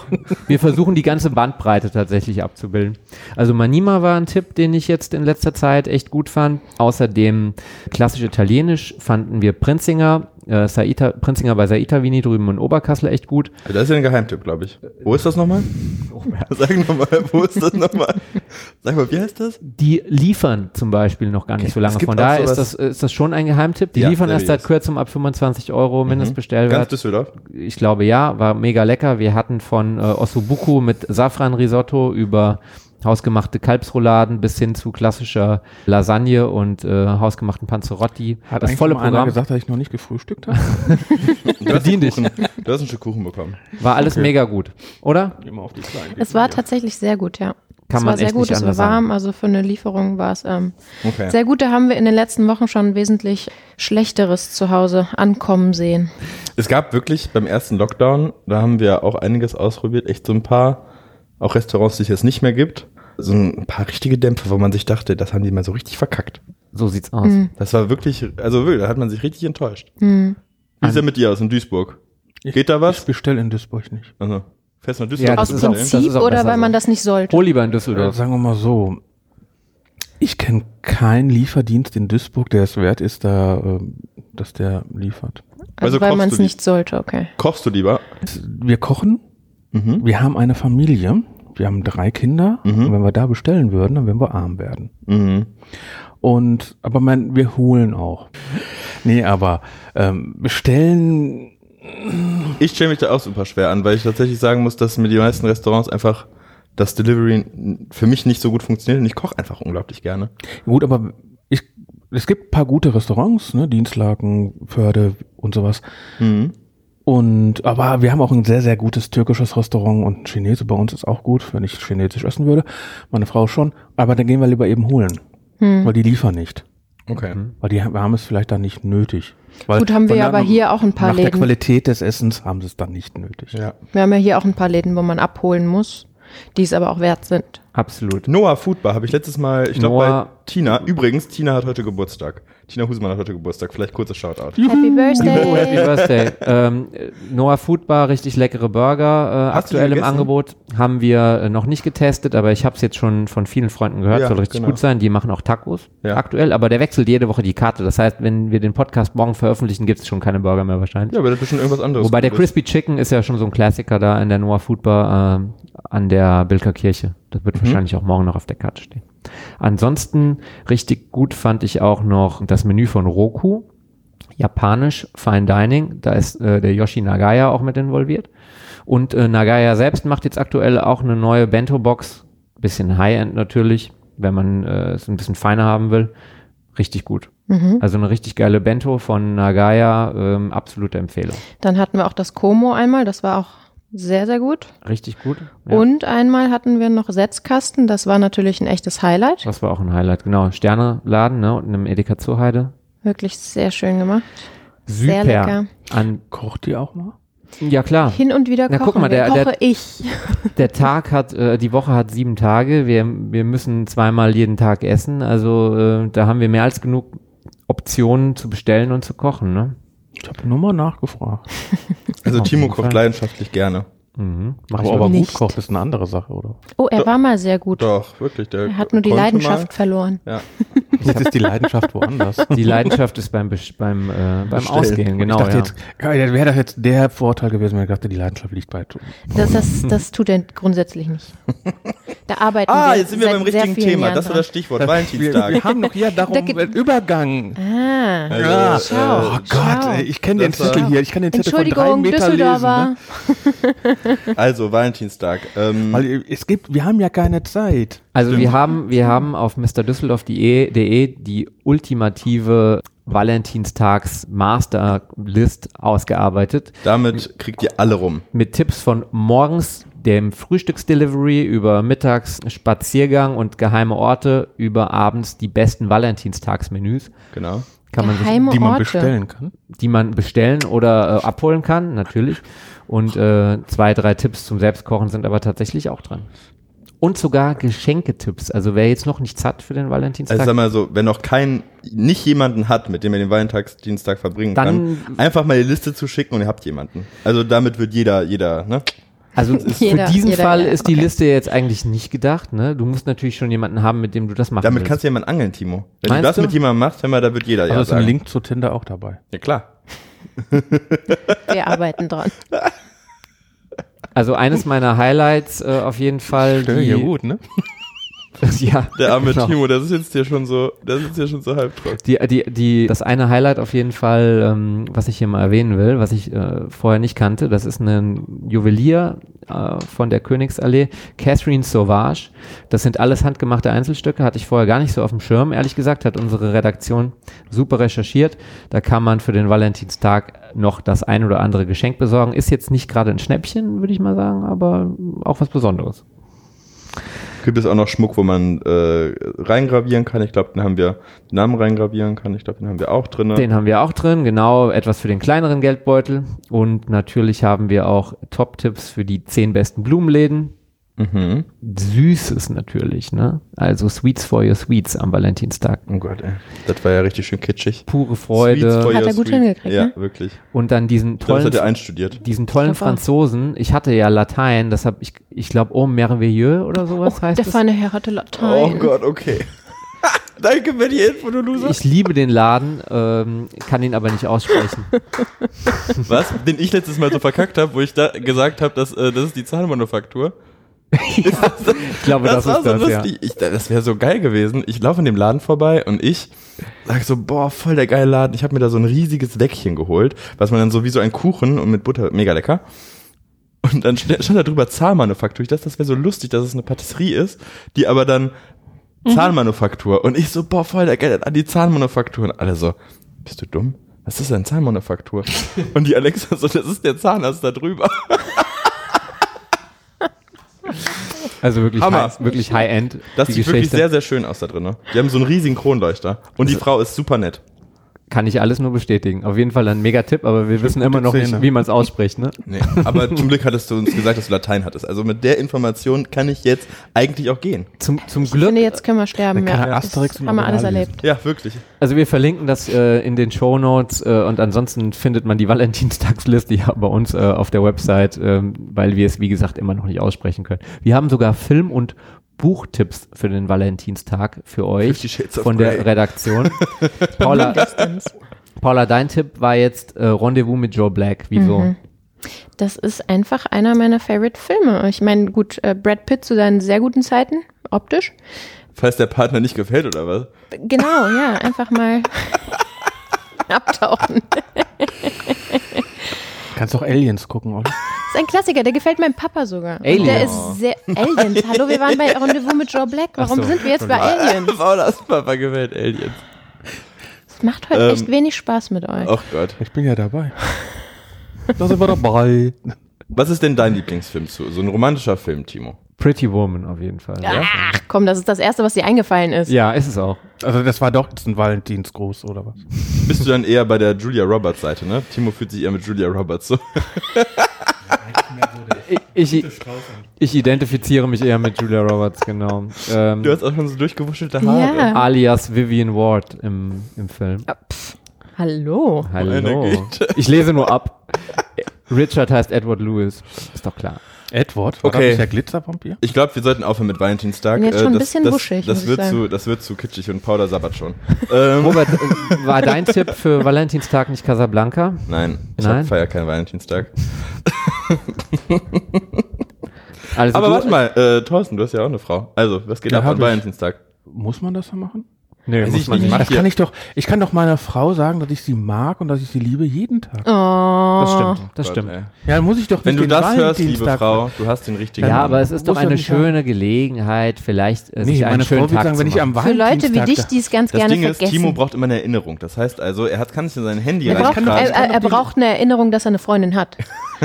Speaker 4: Wir versuchen die ganze Bandbreite tatsächlich abzubilden. Also Manima war ein Tipp, den ich jetzt in letzter Zeit echt gut fand. Außerdem klassisch italienisch fanden wir Prinzinger, äh, Saita, Prinzinger bei Saita Vini drüben in Oberkassel echt gut.
Speaker 3: Das ist ja ein Geheimtipp, glaube ich. Wo ist das nochmal? Sag nochmal, wo ist das nochmal? Sag mal, wie heißt das?
Speaker 4: Die liefern zum Beispiel noch gar nicht so lange.
Speaker 3: es gibt
Speaker 4: Von daher
Speaker 3: auch
Speaker 4: ist
Speaker 3: sowas-
Speaker 4: das, ist das schon ein Geheimtipp. Die
Speaker 3: Ja,
Speaker 4: liefern erst seit
Speaker 3: seriös.
Speaker 4: kurzem ab 25 Euro
Speaker 3: Hm? Ganz
Speaker 4: Mindestbestellwert.
Speaker 3: Düsseldorf.
Speaker 4: ich glaube ja, war mega lecker. Wir hatten von äh, Ossobuco mit Safran-Risotto über hausgemachte Kalbsrouladen bis hin zu klassischer Lasagne und äh, hausgemachten Panzerotti.
Speaker 1: Hat
Speaker 4: das
Speaker 1: eigentlich
Speaker 4: volle
Speaker 1: mal einer
Speaker 4: Programm
Speaker 1: gesagt, dass ich noch nicht gefrühstückt habe?
Speaker 3: Du hast, einen
Speaker 4: Bedien dich.
Speaker 3: Kuchen, du hast ein Stück Kuchen bekommen.
Speaker 4: war alles mega gut, oder?
Speaker 1: Immer auf die kleinen.
Speaker 2: Es war tatsächlich sehr gut, ja.
Speaker 4: Kann
Speaker 2: es
Speaker 4: man
Speaker 2: war sehr
Speaker 4: echt
Speaker 2: gut,
Speaker 4: nicht
Speaker 2: es war
Speaker 4: anders sagen.
Speaker 2: warm, also für eine Lieferung war es ähm,
Speaker 3: Okay.
Speaker 2: sehr gut. Da haben wir in den letzten Wochen schon wesentlich Schlechteres zu Hause ankommen sehen.
Speaker 3: Es gab wirklich beim ersten Lockdown, da haben wir auch einiges ausprobiert, echt so ein paar, auch Restaurants, die es jetzt nicht mehr gibt. so ein paar richtige Dämpfer, wo man sich dachte, das haben die mal so richtig verkackt.
Speaker 4: So sieht's aus.
Speaker 2: Mhm.
Speaker 3: Das war wirklich, also wirklich, da hat man sich richtig enttäuscht.
Speaker 2: Hm.
Speaker 3: Wie
Speaker 4: Also
Speaker 3: ist denn mit dir aus in Duisburg? Geht da was?
Speaker 1: Ich bestelle in Duisburg nicht.
Speaker 3: Also, fährst du nach Düsseldorf?
Speaker 4: Ja,
Speaker 2: Aus
Speaker 4: das ist auch-
Speaker 3: bestellen?
Speaker 4: das
Speaker 2: Prinzip
Speaker 4: ist auch
Speaker 2: oder
Speaker 4: besser
Speaker 2: weil man
Speaker 4: so.
Speaker 2: das nicht sollte?
Speaker 4: Hol lieber in
Speaker 1: Oder
Speaker 4: Düsseldorf.
Speaker 1: sagen wir mal so, ich kenne keinen Lieferdienst in Duisburg, der es wert ist, da, ähm, dass der liefert.
Speaker 2: Also,
Speaker 3: Also
Speaker 2: weil
Speaker 3: kaufst
Speaker 2: man
Speaker 3: du
Speaker 2: es
Speaker 3: die?
Speaker 2: nicht sollte, okay.
Speaker 3: Kochst du lieber?
Speaker 1: Wir kochen,
Speaker 3: Mhm.
Speaker 1: wir haben eine Familie, wir haben drei Kinder
Speaker 3: Mhm.
Speaker 1: und wenn wir da bestellen würden, dann würden wir arm werden.
Speaker 3: Mhm.
Speaker 1: Und aber man, wir holen auch. Nee, aber ähm, bestellen
Speaker 3: Ich stelle mich da auch super schwer an, weil ich tatsächlich sagen muss, dass mir die meisten Restaurants einfach das Delivery für mich nicht so gut funktioniert und ich koche einfach unglaublich gerne.
Speaker 1: Gut, aber ich, es gibt ein paar gute Restaurants, ne? Dienstlaken, Förde und sowas.
Speaker 3: Mhm.
Speaker 1: Und aber wir haben auch ein sehr, sehr gutes türkisches Restaurant und ein Chinese bei uns ist auch gut, wenn ich Chinesisch essen würde. Meine Frau schon. Aber dann gehen wir lieber eben holen.
Speaker 2: Hm.
Speaker 1: Weil die liefern nicht.
Speaker 3: Okay.
Speaker 1: Weil die ha- haben es vielleicht dann nicht nötig. Weil
Speaker 2: Gut, haben wir
Speaker 1: von
Speaker 2: aber hier auch ein paar
Speaker 1: Nach der
Speaker 2: Läden.
Speaker 1: Qualität des Essens haben sie es dann nicht nötig.
Speaker 3: Ja.
Speaker 2: Wir haben ja hier auch ein paar Läden, wo man abholen muss, die es aber auch wert sind.
Speaker 4: Absolut.
Speaker 3: Noah Foodbar habe ich letztes Mal, ich glaube bei
Speaker 4: Noah-
Speaker 3: Tina, übrigens, Tina hat heute Geburtstag. Tina Husemann hat heute Geburtstag, vielleicht kurzer Shoutout.
Speaker 2: Happy
Speaker 4: Oh, happy
Speaker 2: Birthday!
Speaker 4: Birthday. ähm, äh, Noah Food Bar, richtig leckere Burger. Äh,
Speaker 3: Hast du die
Speaker 4: aktuell im
Speaker 3: gegessen?
Speaker 4: Angebot haben wir äh, noch nicht getestet, aber ich habe es jetzt schon von vielen Freunden gehört.
Speaker 3: Ja,
Speaker 4: Soll richtig
Speaker 3: genau.
Speaker 4: gut sein. Die machen auch Tacos
Speaker 3: Ja.
Speaker 4: aktuell, aber der wechselt jede Woche die Karte. Das heißt, wenn wir den Podcast morgen veröffentlichen, gibt es schon keine Burger mehr wahrscheinlich.
Speaker 3: Ja, aber das ist bestimmt irgendwas anderes.
Speaker 4: Wobei der
Speaker 3: Cooles.
Speaker 4: Crispy Chicken ist ja schon so ein Klassiker da in der Noah Food Bar ähm, an der Bilker Kirche. Das wird wahrscheinlich auch morgen noch auf der Karte stehen. Ansonsten richtig gut fand ich auch noch das Menü von Roku. Japanisch, Fine Dining, da ist äh, der Yoshi Nagaya auch mit involviert. Und äh, Nagaya selbst macht jetzt aktuell auch eine neue Bento-Box. Bisschen High-End natürlich, wenn man äh, es ein bisschen feiner haben will. Richtig gut.
Speaker 2: Mhm.
Speaker 4: Also eine richtig geile Bento von Nagaya, ähm, absolute Empfehlung.
Speaker 2: Dann hatten wir auch das Como einmal, das war auch sehr, sehr gut.
Speaker 4: Richtig gut.
Speaker 2: Und einmal hatten wir noch Setzkasten, das war natürlich ein echtes Highlight.
Speaker 4: Das war auch ein Highlight, genau. Sterneladen, ne, unten im Edeka zur Heide.
Speaker 2: Wirklich sehr schön gemacht.
Speaker 4: Super.
Speaker 2: Sehr lecker.
Speaker 4: An,
Speaker 1: Kocht die auch mal?
Speaker 4: ja klar,
Speaker 2: Hin und wieder
Speaker 4: Na,
Speaker 2: kochen
Speaker 4: guck mal,
Speaker 2: wir.
Speaker 4: der- der-
Speaker 2: koche ich.
Speaker 4: der Tag hat, äh, die Woche hat sieben Tage. Wir, wir müssen zweimal jeden Tag essen. Also äh, da haben wir mehr als genug Optionen zu bestellen und zu kochen, ne?
Speaker 1: Ich habe nur mal nachgefragt.
Speaker 3: Also
Speaker 4: Auf
Speaker 3: Timo
Speaker 4: jeden
Speaker 3: kocht
Speaker 4: Oh, Fall.
Speaker 3: leidenschaftlich gerne.
Speaker 4: Mhm. Mach ich
Speaker 1: Aber, aber
Speaker 4: mal.
Speaker 1: gut
Speaker 2: nicht.
Speaker 1: kocht ist eine andere Sache, oder?
Speaker 2: Oh, er
Speaker 3: Doch.
Speaker 2: war mal sehr gut.
Speaker 3: Doch, wirklich. Der
Speaker 2: Er hat nur die
Speaker 3: konnte
Speaker 2: Leidenschaft verloren.
Speaker 3: Mal. Ja.
Speaker 1: Jetzt ist die Leidenschaft woanders.
Speaker 4: die Leidenschaft ist beim, Besch- beim, äh, beim
Speaker 3: Bestellen.
Speaker 4: Ausgehen, genau.
Speaker 1: ich dachte
Speaker 4: ja.
Speaker 1: jetzt, ja, wäre das jetzt der Vorteil gewesen, wenn ich dachte, die Leidenschaft liegt bei Tod.
Speaker 2: Das, das, das tut er grundsätzlich nicht. Da arbeiten
Speaker 3: Ah,
Speaker 2: wir
Speaker 3: jetzt sind wir
Speaker 2: seit
Speaker 3: beim
Speaker 2: sehr
Speaker 3: richtigen
Speaker 2: vielen
Speaker 3: Thema.
Speaker 2: Jahren
Speaker 3: Das war das
Speaker 2: dran.
Speaker 3: Stichwort. Valentinstag.
Speaker 1: Wir, wir haben doch hier darum
Speaker 2: Da gibt-
Speaker 1: einen Übergang.
Speaker 2: Ah,
Speaker 3: Also,
Speaker 1: Ja.
Speaker 2: Schau.
Speaker 1: Oh Gott,
Speaker 2: Ciao.
Speaker 1: ey, ich kenne den
Speaker 3: Das war-
Speaker 1: Titel hier. Ich kann den Titel von drei
Speaker 2: Entschuldigung,
Speaker 1: Meter lesen.
Speaker 2: Düsseldorfer.
Speaker 1: Ne?
Speaker 3: Also Valentinstag. Ähm,
Speaker 1: Weil äh, es gibt, wir haben ja keine Zeit.
Speaker 4: Also wir
Speaker 3: Stimmt.
Speaker 4: haben, wir haben auf mrdüsseldorf.de die ultimative Valentinstags-Masterlist ausgearbeitet
Speaker 3: damit kriegt ihr alle rum.
Speaker 4: mit Tipps von morgens dem Frühstücksdelivery über mittags Spaziergang und geheime Orte über abends die besten Valentinstagsmenüs
Speaker 3: Genau.
Speaker 4: kann man sich,
Speaker 2: Geheime
Speaker 1: Die man
Speaker 2: Orte.
Speaker 1: bestellen kann.
Speaker 4: die man bestellen oder äh, abholen kann natürlich und äh, zwei drei Tipps zum Selbstkochen sind aber tatsächlich auch dran und sogar Geschenketipps also wer jetzt noch nichts hat für den Valentinstag
Speaker 3: Also sag mal so, wenn noch kein, nicht jemanden hat, mit dem er den Valentinstag verbringen
Speaker 4: Dann-
Speaker 3: kann, einfach mal die Liste zu schicken und ihr habt jemanden. Also damit wird jeder, jeder, ne?
Speaker 4: Also
Speaker 2: Jeder-
Speaker 4: für diesen
Speaker 2: jeder-
Speaker 4: Fall
Speaker 2: ja,
Speaker 4: ist die
Speaker 2: okay.
Speaker 4: Liste jetzt eigentlich nicht gedacht. Ne? Du musst natürlich schon jemanden haben, mit dem du das machen
Speaker 3: Damit
Speaker 4: willst.
Speaker 3: kannst du jemanden angeln, Timo. Wenn
Speaker 4: Meinst
Speaker 3: du das
Speaker 4: du?
Speaker 3: mit jemandem machst, hör mal, da wird jeder
Speaker 1: Also
Speaker 3: ja
Speaker 1: ist ein
Speaker 3: sagen.
Speaker 1: Link zu Tinder auch dabei.
Speaker 3: Ja klar.
Speaker 2: Wir arbeiten dran.
Speaker 4: also eines meiner Highlights äh, auf jeden Fall.
Speaker 1: Stell
Speaker 4: die,
Speaker 1: dir gut, ne?
Speaker 4: ja,
Speaker 3: Der arme
Speaker 4: genau.
Speaker 3: Timo, das ist jetzt hier schon so, das ist hier schon so halbtrocken.
Speaker 4: Die, die, die, das eine Highlight auf jeden Fall, ähm, was ich hier mal erwähnen will, was ich äh, vorher nicht kannte, das ist ein Juwelier äh, von der Königsallee, Catherine Sauvage. Das sind alles handgemachte Einzelstücke, hatte ich vorher gar nicht so auf dem Schirm, ehrlich gesagt, hat unsere Redaktion super recherchiert. Da kann man für den Valentinstag noch das ein oder andere Geschenk besorgen. Ist jetzt nicht gerade ein Schnäppchen, würde ich mal sagen, aber auch was Besonderes.
Speaker 3: Gibt es auch noch Schmuck, wo man äh, reingravieren kann? Ich glaube, den haben wir, den Namen reingravieren kann. Ich glaube, den haben wir auch drin.
Speaker 4: Den haben wir auch drin, genau, etwas für den kleineren Geldbeutel. Und natürlich haben wir auch Top-Tipps für die zehn besten Blumenläden.
Speaker 3: Mhm.
Speaker 4: Süßes natürlich, ne? Also Sweets for your Sweets am Valentinstag.
Speaker 3: Oh Gott, ey. Das war ja richtig schön kitschig.
Speaker 4: Pure
Speaker 3: Sweets for
Speaker 4: Freude
Speaker 2: Hat
Speaker 3: your
Speaker 2: er gut
Speaker 3: sweet.
Speaker 2: hingekriegt,
Speaker 3: Ja,
Speaker 2: ne?
Speaker 3: wirklich.
Speaker 4: und dann diesen
Speaker 3: Das
Speaker 4: tollen
Speaker 3: hat er einstudiert.
Speaker 4: diesen tollen
Speaker 2: glaub auch.
Speaker 4: Franzosen. Ich hatte ja Latein, deshalb, ich, ich glaube, oh, merveilleux oder sowas heißt
Speaker 2: Oh, Der
Speaker 4: es.
Speaker 2: feine Herr hatte Latein.
Speaker 3: Oh okay. Danke für die Info, du Loser.
Speaker 4: Ich liebe den Laden, ähm, kann ihn aber nicht aussprechen.
Speaker 3: Was? Den ich letztes Mal so verkackt habe, wo ich da gesagt habe, dass, äh, das ist die Zahnmanufaktur.
Speaker 4: Ich glaube, das, ist das, ja.
Speaker 3: Ich, das wäre so geil gewesen. Ich laufe an dem Laden vorbei und ich sag so, boah, voll der geile Laden. Ich habe mir da so ein riesiges Deckchen geholt, was man dann so wie so ein Kuchen und mit Butter, mega lecker. Und dann st- stand da drüber Zahnmanufaktur. Ich dachte, das wäre so lustig, dass es eine Patisserie ist, die aber dann Mhm. Zahnmanufaktur. Und ich so, boah, voll der geile Laden, die Zahnmanufaktur. Und alle so, bist du dumm? Was ist denn Zahnmanufaktur? und die Alexa so, das ist der Zahnarzt da drüber.
Speaker 4: Also wirklich,
Speaker 3: Hammer.
Speaker 4: high, wirklich High-End.
Speaker 3: Das
Speaker 4: die
Speaker 3: sieht wirklich
Speaker 4: Geschichte.
Speaker 3: sehr, sehr schön aus da drin. ne? Die haben so einen riesigen Kronleuchter. Und die Frau ist super nett.
Speaker 4: Kann ich alles nur bestätigen. Auf jeden Fall ein Mega-Tipp, aber wir wissen immer noch
Speaker 1: Zähne.
Speaker 4: nicht, wie man es ausspricht. Ne?
Speaker 3: Nee, aber zum Glück hattest du uns gesagt, dass du Latein hattest. Also mit der Information kann ich jetzt eigentlich auch gehen.
Speaker 4: Zum, zum
Speaker 2: Ich
Speaker 4: Glück,
Speaker 2: finde, jetzt können wir sterben.
Speaker 1: Dann kann
Speaker 2: Ja.
Speaker 1: er Asterix
Speaker 2: Das
Speaker 1: im
Speaker 2: haben wir alles
Speaker 1: Original lesen.
Speaker 2: erlebt.
Speaker 3: Ja, wirklich.
Speaker 4: also wir verlinken das äh, in den Shownotes äh, und ansonsten findet man die Valentinstagsliste ja bei uns äh, auf der Website, ähm, weil wir es, wie gesagt, immer noch nicht aussprechen können. Wir haben sogar Film- und Buchtipps für den Valentinstag
Speaker 3: Fifty
Speaker 4: für euch
Speaker 3: Shades of
Speaker 4: von
Speaker 3: Grey.
Speaker 4: der Redaktion. Paula, Paula, dein Tipp war jetzt äh, Rendezvous mit Joe Black. Wieso?
Speaker 2: Das ist einfach einer meiner Favorite Filme. Ich meine, gut, äh, Brad Pitt zu seinen sehr guten Zeiten, optisch.
Speaker 3: Falls der Partner nicht gefällt oder was?
Speaker 2: Genau, ja, einfach mal abtauchen.
Speaker 1: Kannst auch Aliens gucken, oder?
Speaker 2: Das ist ein Klassiker, der gefällt meinem Papa sogar. Und
Speaker 4: Aliens.
Speaker 2: Der ist sehr Aliens. Hallo, wir waren bei Rendezvous mit Joe Black. Warum
Speaker 4: Ach so.
Speaker 2: sind wir jetzt bei Aliens?
Speaker 3: Paulas Oh, Papa gefällt Aliens.
Speaker 2: Es macht heute
Speaker 3: Ähm,
Speaker 2: echt wenig Spaß mit euch.
Speaker 3: Ach Gott.
Speaker 1: Ich bin ja dabei. Da sind wir dabei.
Speaker 3: Was ist denn dein Lieblingsfilm zu? So ein romantischer Film, Timo.
Speaker 4: Pretty Woman auf jeden Fall. Ja,
Speaker 2: Ach komm, das ist das Erste, was dir eingefallen ist.
Speaker 4: ja ist es auch.
Speaker 1: Also das war doch jetzt ein Valentinsgruß, oder was?
Speaker 3: Bist du dann eher bei der Julia Roberts Seite, ne? Timo fühlt sich eher mit Julia Roberts so.
Speaker 4: Ich, ich, ich identifiziere mich eher mit Julia Roberts, genau. Ähm,
Speaker 3: Du hast auch schon so durchgewuschelte Haare.
Speaker 2: Ja.
Speaker 4: alias Vivian Ward im, im Film.
Speaker 2: Hallo.
Speaker 3: Meine
Speaker 4: Hallo.
Speaker 3: Güte.
Speaker 4: Ich lese nur ab. Richard heißt Edward Lewis. Ist doch klar.
Speaker 1: Edward? War
Speaker 3: Okay.
Speaker 1: das nicht der Glitzervampir?
Speaker 3: Ich glaube, wir sollten aufhören mit Valentinstag. Äh,
Speaker 2: Bin jetzt schon ein
Speaker 3: das,
Speaker 2: bisschen
Speaker 3: das,
Speaker 2: wuschig,
Speaker 3: das
Speaker 2: muss ich
Speaker 3: wird
Speaker 2: sagen.
Speaker 3: zu, Das wird zu kitschig und Paula sabbert schon. ähm,
Speaker 4: Robert, äh, war dein Tipp für Valentinstag nicht Casablanca?
Speaker 3: nein, ich
Speaker 4: Nein?
Speaker 3: hab feier keinen Valentinstag.
Speaker 4: Also
Speaker 3: Aber
Speaker 4: du-
Speaker 3: warte mal, äh, Thorsten, du hast ja auch eine Frau. Also, was geht
Speaker 1: Ja,
Speaker 3: ab
Speaker 1: hab
Speaker 3: am
Speaker 1: ich.
Speaker 3: Valentinstag?
Speaker 1: Muss man das da machen?
Speaker 4: Nee, muss
Speaker 3: Also ich
Speaker 4: man
Speaker 3: nicht.
Speaker 4: nicht.
Speaker 3: Mach
Speaker 1: Das
Speaker 3: hier.
Speaker 1: kann ich doch. Ich kann doch meiner Frau sagen, dass ich sie mag und dass ich sie liebe jeden Tag.
Speaker 2: Oh.
Speaker 4: Das stimmt, das
Speaker 3: Gott,
Speaker 4: stimmt.
Speaker 3: ey.
Speaker 1: Ja, dann muss ich doch nicht
Speaker 3: Wenn du
Speaker 1: den
Speaker 3: das hörst, liebe
Speaker 1: Valentinstag-
Speaker 3: Frau, du hast den richtigen
Speaker 4: Ja,
Speaker 3: Mann.
Speaker 4: aber es ist
Speaker 1: Muss
Speaker 4: doch
Speaker 1: ja
Speaker 4: eine
Speaker 1: nicht sein.
Speaker 4: schöne Gelegenheit, vielleicht äh, sich
Speaker 1: Nee,
Speaker 4: einen
Speaker 1: meine
Speaker 4: schönen
Speaker 1: Frau
Speaker 4: Tag
Speaker 1: würde sagen,
Speaker 4: zu
Speaker 1: wenn ich
Speaker 4: machen.
Speaker 1: am
Speaker 2: Für
Speaker 1: Valentinstag
Speaker 2: Leute wie dich,
Speaker 1: da-
Speaker 2: die es ganz
Speaker 3: Das
Speaker 2: gerne
Speaker 3: Ding
Speaker 2: vergessen.
Speaker 3: ist, Timo braucht immer eine Erinnerung. Das heißt also, er hat, kann nicht in sein Handy
Speaker 2: er braucht,
Speaker 1: kann doch-
Speaker 2: er,
Speaker 1: ich kann
Speaker 2: er,
Speaker 1: doch
Speaker 2: er
Speaker 1: die-
Speaker 2: braucht eine Erinnerung, dass er eine Freundin hat.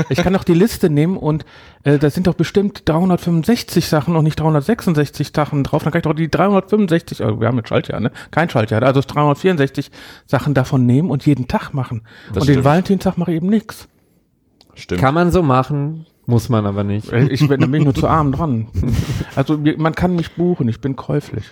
Speaker 1: Ich kann doch die Liste nehmen und äh, da sind doch bestimmt 365 Sachen und nicht 366 Sachen drauf. Dann kann ich doch die 365, also wir haben jetzt Schaltjahr, ne? Kein Schaltjahr, also 364 Sachen davon nehmen und jeden Tag machen. und den
Speaker 3: stimmt.
Speaker 1: Valentinstag mache ich eben nichts.
Speaker 3: Stimmt.
Speaker 4: Kann man so machen, muss man aber nicht.
Speaker 1: Äh, Ich bin nämlich nur zu arm dran. Also mir- man kann mich buchen, ich bin käuflich.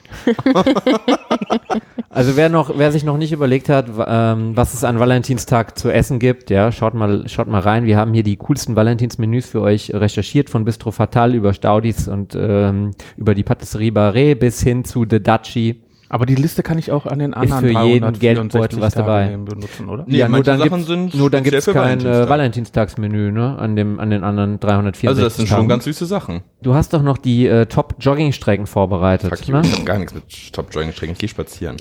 Speaker 4: Also wer noch, wer sich noch nicht überlegt hat, w- ähm, was es an Valentinstag zu essen gibt, ja, schaut mal, schaut mal rein. Wir haben hier die coolsten Valentinsmenüs für euch recherchiert, von Bistro Fatal über Staudis und ähm, über die Patisserie Barret bis hin zu The Duchy.
Speaker 1: Aber die Liste kann ich auch an den anderen
Speaker 4: für jeden
Speaker 1: 364
Speaker 4: Geldbeutel was
Speaker 1: Tagen
Speaker 4: dabei.
Speaker 1: nehmen, benutzen, oder?
Speaker 3: Nee,
Speaker 4: ja, nur
Speaker 3: manche
Speaker 4: dann
Speaker 3: Sachen
Speaker 4: gibt's,
Speaker 3: sind
Speaker 4: nur dann gibt's
Speaker 3: speziell für
Speaker 4: kein äh,
Speaker 3: Valentinstag.
Speaker 4: Valentinstagsmenü, ne, an dem, an den anderen 364
Speaker 3: also, das sind schon
Speaker 4: Tagen.
Speaker 3: ganz süße Sachen.
Speaker 4: Du hast doch noch die äh, Top-Joggingstrecken vorbereitet,
Speaker 3: Fuck you,
Speaker 4: ne?
Speaker 3: ich hab gar nichts mit Stop-Jogging strecken. Ich geh spazieren.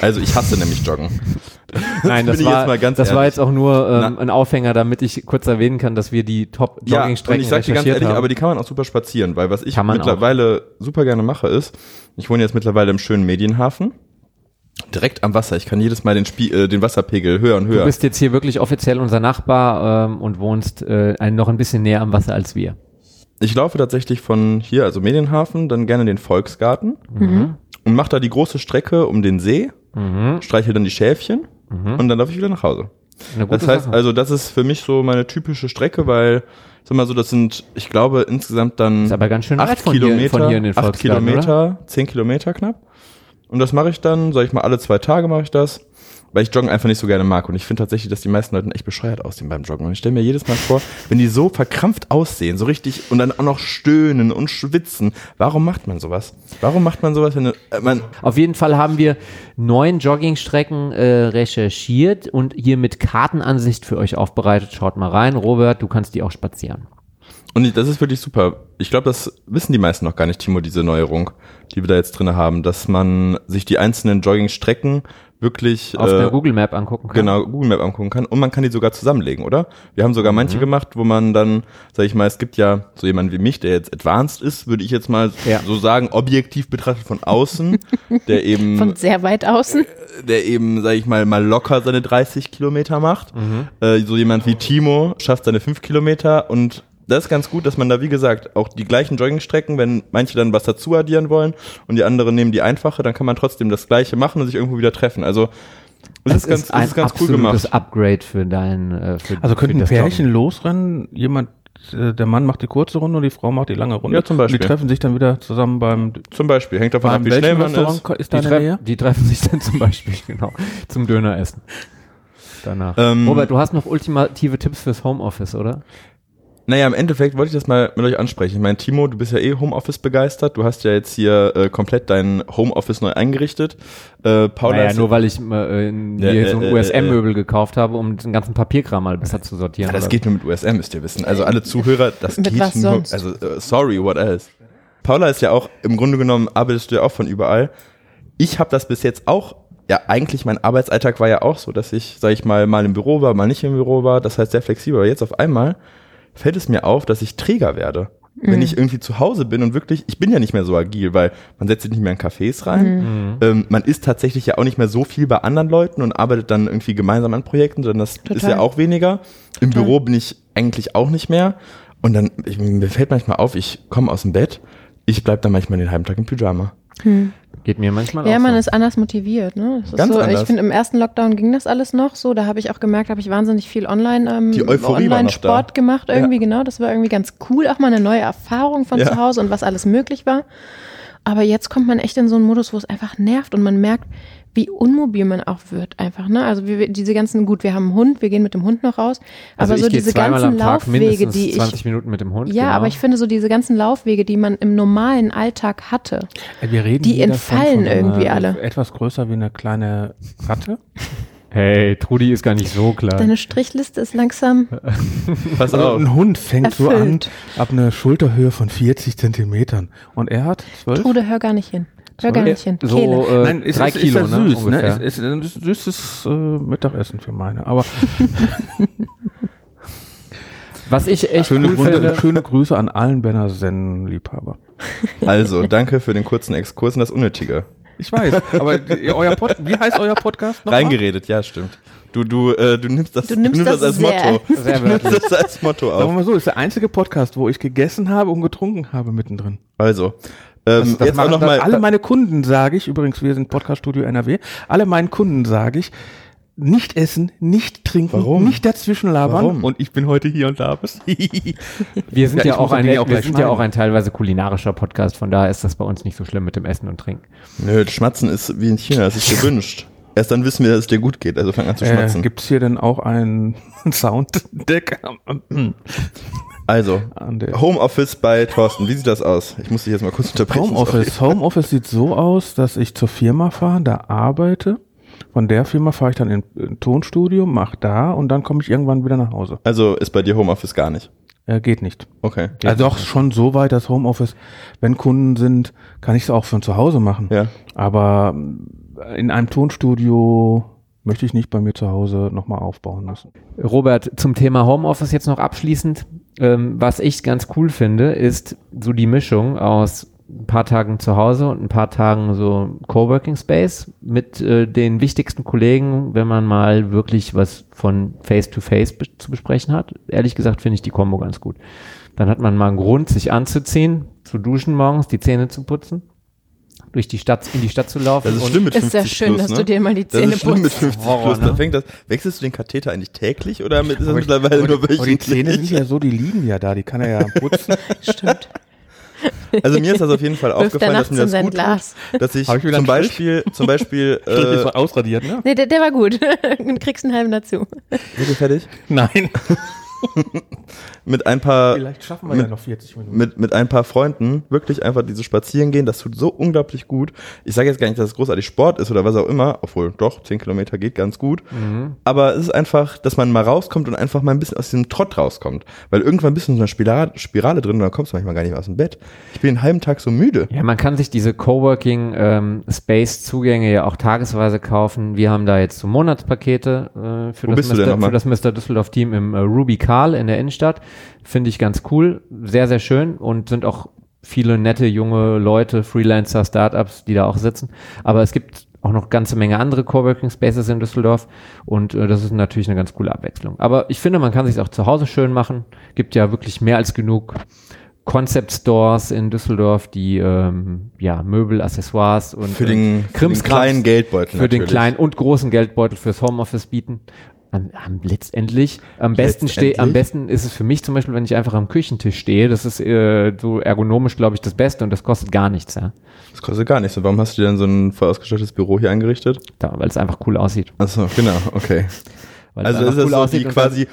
Speaker 3: Also, ich hasse nämlich Joggen.
Speaker 4: Nein, das,
Speaker 3: bin ich
Speaker 4: war,
Speaker 3: jetzt mal ganz
Speaker 4: das war
Speaker 3: ehrlich.
Speaker 4: jetzt auch nur ähm,
Speaker 3: Na-
Speaker 4: ein Aufhänger, damit ich kurz erwähnen kann, dass wir die
Speaker 3: Ja, und
Speaker 4: Top-Joggingstrecken
Speaker 3: ich sag dir ganz
Speaker 4: recherchiert
Speaker 3: ehrlich,
Speaker 4: haben.
Speaker 3: aber die kann man auch super spazieren, weil was ich
Speaker 4: Kann man
Speaker 3: mittlerweile super gerne mache ist, ich wohne jetzt mittlerweile im schönen Medienhafen, direkt am Wasser. Ich kann jedes Mal den, Spie äh, den Wasserpegel höher und höher.
Speaker 4: Du bist jetzt hier wirklich offiziell unser Nachbar ähm, und wohnst äh, ein, noch ein bisschen näher am Wasser als wir.
Speaker 3: ich laufe tatsächlich von hier, also Medienhafen, dann gerne den Volksgarten
Speaker 4: Mhm.
Speaker 3: und
Speaker 4: Mhm.
Speaker 3: mache da die große Strecke um den See, streichel dann die Schäfchen und dann laufe ich wieder nach Hause.
Speaker 4: Eine gute
Speaker 3: Das heißt,
Speaker 4: Sache.
Speaker 3: also das ist für mich so meine typische Strecke, weil, ich sag mal so, das sind, ich glaube, insgesamt dann
Speaker 4: ist aber ganz schön weit
Speaker 3: acht
Speaker 4: von
Speaker 3: Kilometer,
Speaker 4: hier, von hier in den
Speaker 3: acht
Speaker 4: Volksgarten, oder?
Speaker 3: Kilometer, zehn Kilometer knapp. Und das mache ich dann, sag ich mal, alle zwei Tage mache ich das, weil ich Joggen einfach nicht so gerne mag. Und ich finde tatsächlich, dass die meisten Leute echt bescheuert aussehen beim Joggen. Und ich stelle mir jedes Mal vor, wenn die so verkrampft aussehen, so richtig und dann auch noch stöhnen und schwitzen, warum macht man sowas? Warum macht man sowas, wenn äh, man
Speaker 4: Auf jeden Fall haben wir neun Joggingstrecken äh, recherchiert und hier mit Kartenansicht für euch aufbereitet. Schaut mal rein. Robert, du kannst die auch spazieren.
Speaker 3: Und das ist wirklich super. Ich glaube, das wissen die meisten noch gar nicht, Timo, diese Neuerung, die wir da jetzt drinne haben, dass man sich die einzelnen Jogging-Strecken wirklich
Speaker 4: Auf
Speaker 3: äh,
Speaker 4: der Google Map angucken kann.
Speaker 3: genau Google Map angucken kann und man kann die sogar zusammenlegen, oder? Wir haben sogar
Speaker 4: Mhm.
Speaker 3: manche gemacht, wo man dann, sag ich mal, es gibt ja so jemanden wie mich, der jetzt advanced ist, würde ich jetzt mal
Speaker 4: Ja.
Speaker 3: so sagen, objektiv betrachtet von außen, der eben
Speaker 2: Von sehr weit außen.
Speaker 3: der eben, sag ich mal, mal locker seine 30 Kilometer macht.
Speaker 4: Mhm.
Speaker 3: Äh, so jemand wie Timo schafft seine 5 Kilometer und das ist ganz gut, dass man da, wie gesagt, auch die gleichen Joggingstrecken, wenn manche dann was dazu addieren wollen und die anderen nehmen die einfache, dann kann man trotzdem das gleiche machen und sich irgendwo wieder treffen. Also, das, ist ganz, das ist ganz cool
Speaker 4: absolutes
Speaker 3: gemacht.
Speaker 4: Upgrade für dein. Äh, für,
Speaker 1: Also
Speaker 4: für
Speaker 1: könnten
Speaker 4: das
Speaker 1: Pärchen losrennen, jemand, äh, der Mann macht die kurze Runde und die Frau macht die lange Runde.
Speaker 3: Ja, zum Beispiel.
Speaker 1: Und die treffen sich dann wieder zusammen beim,
Speaker 3: Zum Beispiel, hängt davon ab,
Speaker 1: beim
Speaker 3: wie schnell man ist.
Speaker 1: Restaurant ist da
Speaker 4: Die,
Speaker 1: in der Nähe?
Speaker 4: treff, die treffen sich dann zum Beispiel, genau, zum Döneressen. Danach.
Speaker 3: Ähm,
Speaker 4: Robert, du hast noch ultimative Tipps fürs Homeoffice, oder?
Speaker 3: Naja, im Endeffekt wollte ich das mal mit euch ansprechen. Ich meine, Timo, du bist ja eh Homeoffice begeistert. Du hast ja jetzt hier äh, komplett dein Homeoffice neu eingerichtet. Äh, Paula
Speaker 4: Naja,
Speaker 3: ist
Speaker 4: nur weil ich äh, in,
Speaker 3: Ja,
Speaker 4: hier
Speaker 3: äh,
Speaker 4: so
Speaker 3: äh,
Speaker 4: ein
Speaker 3: äh,
Speaker 4: USM-Möbel gekauft habe, um den ganzen Papierkram mal besser zu sortieren.
Speaker 3: Ja, das
Speaker 4: oder?
Speaker 3: geht nur mit USM, müsst ihr wissen. Also alle Zuhörer, das
Speaker 2: Äh, Mit
Speaker 3: geht
Speaker 2: was
Speaker 3: nur.
Speaker 2: sonst?
Speaker 3: Also äh, sorry, what else? Paula ist ja auch, im Grunde genommen arbeitest du ja auch von überall. Ich habe das bis jetzt auch, ja eigentlich mein Arbeitsalltag war ja auch so, dass ich, sag ich mal, mal im Büro war, mal nicht im Büro war. Das heißt sehr flexibel. Aber jetzt auf einmal fällt es mir auf, dass ich träger werde.
Speaker 2: Mhm.
Speaker 3: Wenn ich irgendwie zu Hause bin und wirklich, ich bin ja nicht mehr so agil, weil man setzt sich nicht mehr in Cafés
Speaker 2: Mhm.
Speaker 3: rein. Ähm, man ist tatsächlich ja auch nicht mehr so viel bei anderen Leuten und arbeitet dann irgendwie gemeinsam an Projekten, sondern das ist
Speaker 2: Total.
Speaker 3: ja auch weniger. Im Büro bin ich eigentlich auch nicht mehr. Und dann, ich, mir fällt manchmal auf, ich komme aus dem Bett, ich bleib dann manchmal den halben Tag im Pyjama.
Speaker 4: Geht mir manchmal
Speaker 2: Ja,
Speaker 4: auch
Speaker 2: man
Speaker 4: so.
Speaker 2: ist anders motiviert. Ne? Das
Speaker 3: Ganz
Speaker 2: ist so,
Speaker 3: anders.
Speaker 2: Ich finde, im ersten Lockdown ging das alles noch so. Da habe ich auch gemerkt, habe ich wahnsinnig viel online, ähm,
Speaker 3: Die Euphorie war noch
Speaker 2: online Sport
Speaker 3: da.
Speaker 2: gemacht irgendwie. Genau, das war irgendwie ganz cool. Auch mal eine neue Erfahrung von
Speaker 3: Ja.
Speaker 2: zu Hause und was alles möglich war. Aber jetzt kommt man echt in so einen Modus, wo es einfach nervt und man merkt, wie unmobil man auch wird einfach. Ne? Also wir, wir- diese ganzen, gut, wir haben einen Hund, wir gehen mit dem Hund noch raus.
Speaker 4: also
Speaker 2: Aber
Speaker 4: ich
Speaker 2: so
Speaker 4: gehe
Speaker 2: diese
Speaker 4: zweimal
Speaker 2: ganzen
Speaker 4: am Tag
Speaker 2: Laufwege,
Speaker 4: mindestens
Speaker 2: die ich
Speaker 4: 20 Minuten mit dem Hund.
Speaker 2: ja,
Speaker 4: genau.
Speaker 2: aber ich finde so diese ganzen Laufwege, die man im normalen Alltag hatte.
Speaker 1: Äh, Wir reden
Speaker 2: Die
Speaker 1: hier davon
Speaker 2: entfallen
Speaker 1: von
Speaker 2: irgendwie
Speaker 1: einer,
Speaker 2: alle.
Speaker 1: Etwas größer wie eine kleine Ratte.
Speaker 4: Hey, Trudi ist gar nicht so klar.
Speaker 2: Deine Strichliste ist langsam
Speaker 3: Pass
Speaker 1: Also
Speaker 3: auf.
Speaker 1: ein Hund fängt
Speaker 2: Erfüllt.
Speaker 1: so an, ab einer Schulterhöhe von 40 Zentimetern. Und er hat zwölf.
Speaker 2: Trude, hör gar nicht hin. Hör gar nicht hin.
Speaker 4: so
Speaker 2: Kehle.
Speaker 4: äh,
Speaker 1: Nein, ist,
Speaker 4: drei
Speaker 1: ist,
Speaker 4: Kilo,
Speaker 1: ist ja
Speaker 4: ne?
Speaker 1: süß, ne?
Speaker 4: ungefähr.
Speaker 1: Ist, ist ein süßes äh, Mittagessen für meine. Aber
Speaker 4: Was ich echt
Speaker 1: schöne,
Speaker 4: cool
Speaker 1: Grüße,
Speaker 4: finde,
Speaker 1: schöne Grüße an allen Benner Zen-Liebhaber.
Speaker 3: Also, danke für den kurzen Exkurs in das Unnötige.
Speaker 1: Ich weiß, aber die- äh, euer Pod, wie heißt euer Podcast nochmal?
Speaker 3: Reingeredet, ja, stimmt. Du, du, äh, du nimmst das,
Speaker 2: Du nimmst das
Speaker 3: als
Speaker 2: sehr
Speaker 3: Motto.
Speaker 4: Sehr
Speaker 3: Du nimmst
Speaker 4: wörtlich.
Speaker 3: das als Motto
Speaker 1: Sagen wir
Speaker 3: auf.
Speaker 1: mal so, ist der einzige Podcast, wo ich gegessen habe und getrunken habe mittendrin.
Speaker 3: Also, ähm, jetzt auch
Speaker 1: machen
Speaker 3: nochmal.
Speaker 1: dann Alle meine Kunden sage ich, übrigens, wir sind Podcast Studio NRW, alle meinen Kunden sage ich, nicht essen, nicht trinken,
Speaker 3: Warum?
Speaker 1: nicht dazwischen labern.
Speaker 3: Warum? Um
Speaker 1: Und ich bin heute hier und da. bis-
Speaker 4: wir
Speaker 1: Ja,
Speaker 4: sind ja,
Speaker 1: ich muss
Speaker 4: auch,
Speaker 1: das
Speaker 4: ein,
Speaker 1: Ding auch
Speaker 4: wir
Speaker 1: gleich
Speaker 4: sind ja auch
Speaker 1: schneiden.
Speaker 4: ein teilweise kulinarischer Podcast, von daher ist das bei uns nicht so schlimm mit dem Essen und Trinken.
Speaker 3: Nö, das Schmatzen ist wie in China, das ist gewünscht. Erst dann wissen wir, dass es dir gut geht, also fang an zu
Speaker 1: äh,
Speaker 3: schmatzen.
Speaker 1: Gibt es hier denn auch ein Sounddeck am- am-
Speaker 3: also,
Speaker 1: an der
Speaker 3: Homeoffice bei Thorsten, wie sieht das aus? Ich muss dich jetzt mal kurz unterbrechen.
Speaker 1: Homeoffice. Homeoffice sieht so aus, dass ich zur Firma fahre, da arbeite. Von der Firma fahre ich dann in ein Tonstudio, mache da und dann komme ich irgendwann wieder nach Hause.
Speaker 3: Also ist bei dir Homeoffice gar nicht.
Speaker 1: Äh, geht nicht.
Speaker 3: Okay.
Speaker 1: also doch schon so weit, dass Homeoffice, wenn Kunden sind, kann ich es auch von zu Hause machen.
Speaker 3: Ja.
Speaker 1: Aber äh, in einem Tonstudio möchte ich nicht bei mir zu Hause nochmal aufbauen müssen.
Speaker 4: Robert, zum Thema Homeoffice jetzt noch abschließend. Ähm, was ich ganz cool finde, ist so die Mischung aus ein paar Tagen zu Hause und ein paar Tagen so Coworking Space mit äh, den wichtigsten Kollegen, wenn man mal wirklich was von Face to Face be zu besprechen hat. Ehrlich gesagt finde ich die Kombo ganz gut. Dann hat man mal einen Grund, sich anzuziehen, zu duschen morgens, die Zähne zu putzen durch die Stadt, in die Stadt zu laufen.
Speaker 3: Das ist
Speaker 4: und-
Speaker 3: schlimm mit
Speaker 2: Ist
Speaker 3: 50
Speaker 2: ja schön,
Speaker 3: plus,
Speaker 2: dass
Speaker 3: ne?
Speaker 2: du dir mal die
Speaker 3: Das
Speaker 2: Zähne
Speaker 3: ist schlimm mit
Speaker 2: putzt.
Speaker 3: 50
Speaker 4: Horror,
Speaker 3: plus.
Speaker 4: ne?
Speaker 3: Da fängt das, wechselst du den Katheter eigentlich täglich oder mit, ist das
Speaker 1: Aber die-
Speaker 3: mittlerweile
Speaker 1: aber die-
Speaker 3: nur
Speaker 1: aber die Zähne
Speaker 3: wöchentlich?
Speaker 1: sind ja so, die liegen ja da, die kann er ja putzen.
Speaker 2: Stimmt.
Speaker 3: Also mir ist das auf jeden Fall
Speaker 2: Wirft er
Speaker 3: aufgefallen,
Speaker 2: nachts
Speaker 3: dass mir
Speaker 2: in
Speaker 3: das
Speaker 2: sein
Speaker 3: gut
Speaker 2: Glas.
Speaker 3: tut, dass ich,
Speaker 1: Hab ich wieder
Speaker 3: zum
Speaker 1: einen Strich?
Speaker 3: Beispiel, zum Beispiel,
Speaker 1: Strich
Speaker 3: äh,
Speaker 1: war ausradiert, ne?
Speaker 2: Nee, der, der war gut. Du kriegst einen halben dazu.
Speaker 3: seid ihr fertig?
Speaker 1: Äh. Nein.
Speaker 3: Mit ein paar,
Speaker 1: Vielleicht schaffen wir ja noch 40 Minuten.
Speaker 3: mit, mit ein paar Freunden wirklich einfach diese spazieren gehen, das tut so unglaublich gut. Ich sage jetzt gar nicht, dass es großartig Sport ist oder was auch immer, obwohl doch, 10 Kilometer geht ganz gut.
Speaker 4: Mhm.
Speaker 3: Aber es ist einfach, dass man mal rauskommt und einfach mal ein bisschen aus diesem Trott rauskommt. Weil irgendwann bist du in so einer Spirale, Spirale drin und dann kommst du manchmal gar nicht mehr aus dem Bett. Ich bin den halben Tag so müde.
Speaker 4: Ja, man kann sich diese Coworking ähm, Space Zugänge ja auch tagesweise kaufen. Wir haben da jetzt so Monatspakete äh, für, das
Speaker 3: bist du denn
Speaker 4: Mr.,
Speaker 3: nochmal?
Speaker 4: für das Mr. Düsseldorf Team im äh, Ruby Karl in der Innenstadt. Finde ich ganz cool, sehr sehr schön und sind auch viele nette junge Leute, Freelancer, Startups, die da auch sitzen. Aber es gibt auch noch ganze Menge andere Coworking Spaces in Düsseldorf und äh, das ist natürlich eine ganz coole Abwechslung. Aber ich finde, man kann sich auch zu Hause schön machen. Gibt ja wirklich mehr als genug Concept Stores in Düsseldorf, die ähm, ja Möbel, Accessoires und
Speaker 3: Für
Speaker 4: ähm,
Speaker 3: den, für den
Speaker 4: Krimskrams-
Speaker 3: kleinen Geldbeutel
Speaker 4: für den
Speaker 3: natürlich.
Speaker 4: kleinen und großen Geldbeutel fürs Homeoffice bieten. Am, am letztendlich, am besten steht, am
Speaker 3: Letztendlich?
Speaker 4: besten ist es für mich zum Beispiel, wenn ich einfach am Küchentisch stehe. Das ist äh, so ergonomisch, glaube ich, das Beste und das kostet gar nichts, ja.
Speaker 3: Das kostet gar nichts. Und Warum hast du dir denn so ein voll ausgestattetes Büro hier eingerichtet?
Speaker 4: Da, weil es einfach cool aussieht.
Speaker 3: Achso, genau, okay.
Speaker 4: Weil es
Speaker 3: Also
Speaker 4: einfach
Speaker 3: ist das
Speaker 4: cool
Speaker 3: so
Speaker 4: aussieht
Speaker 3: die
Speaker 4: und
Speaker 3: quasi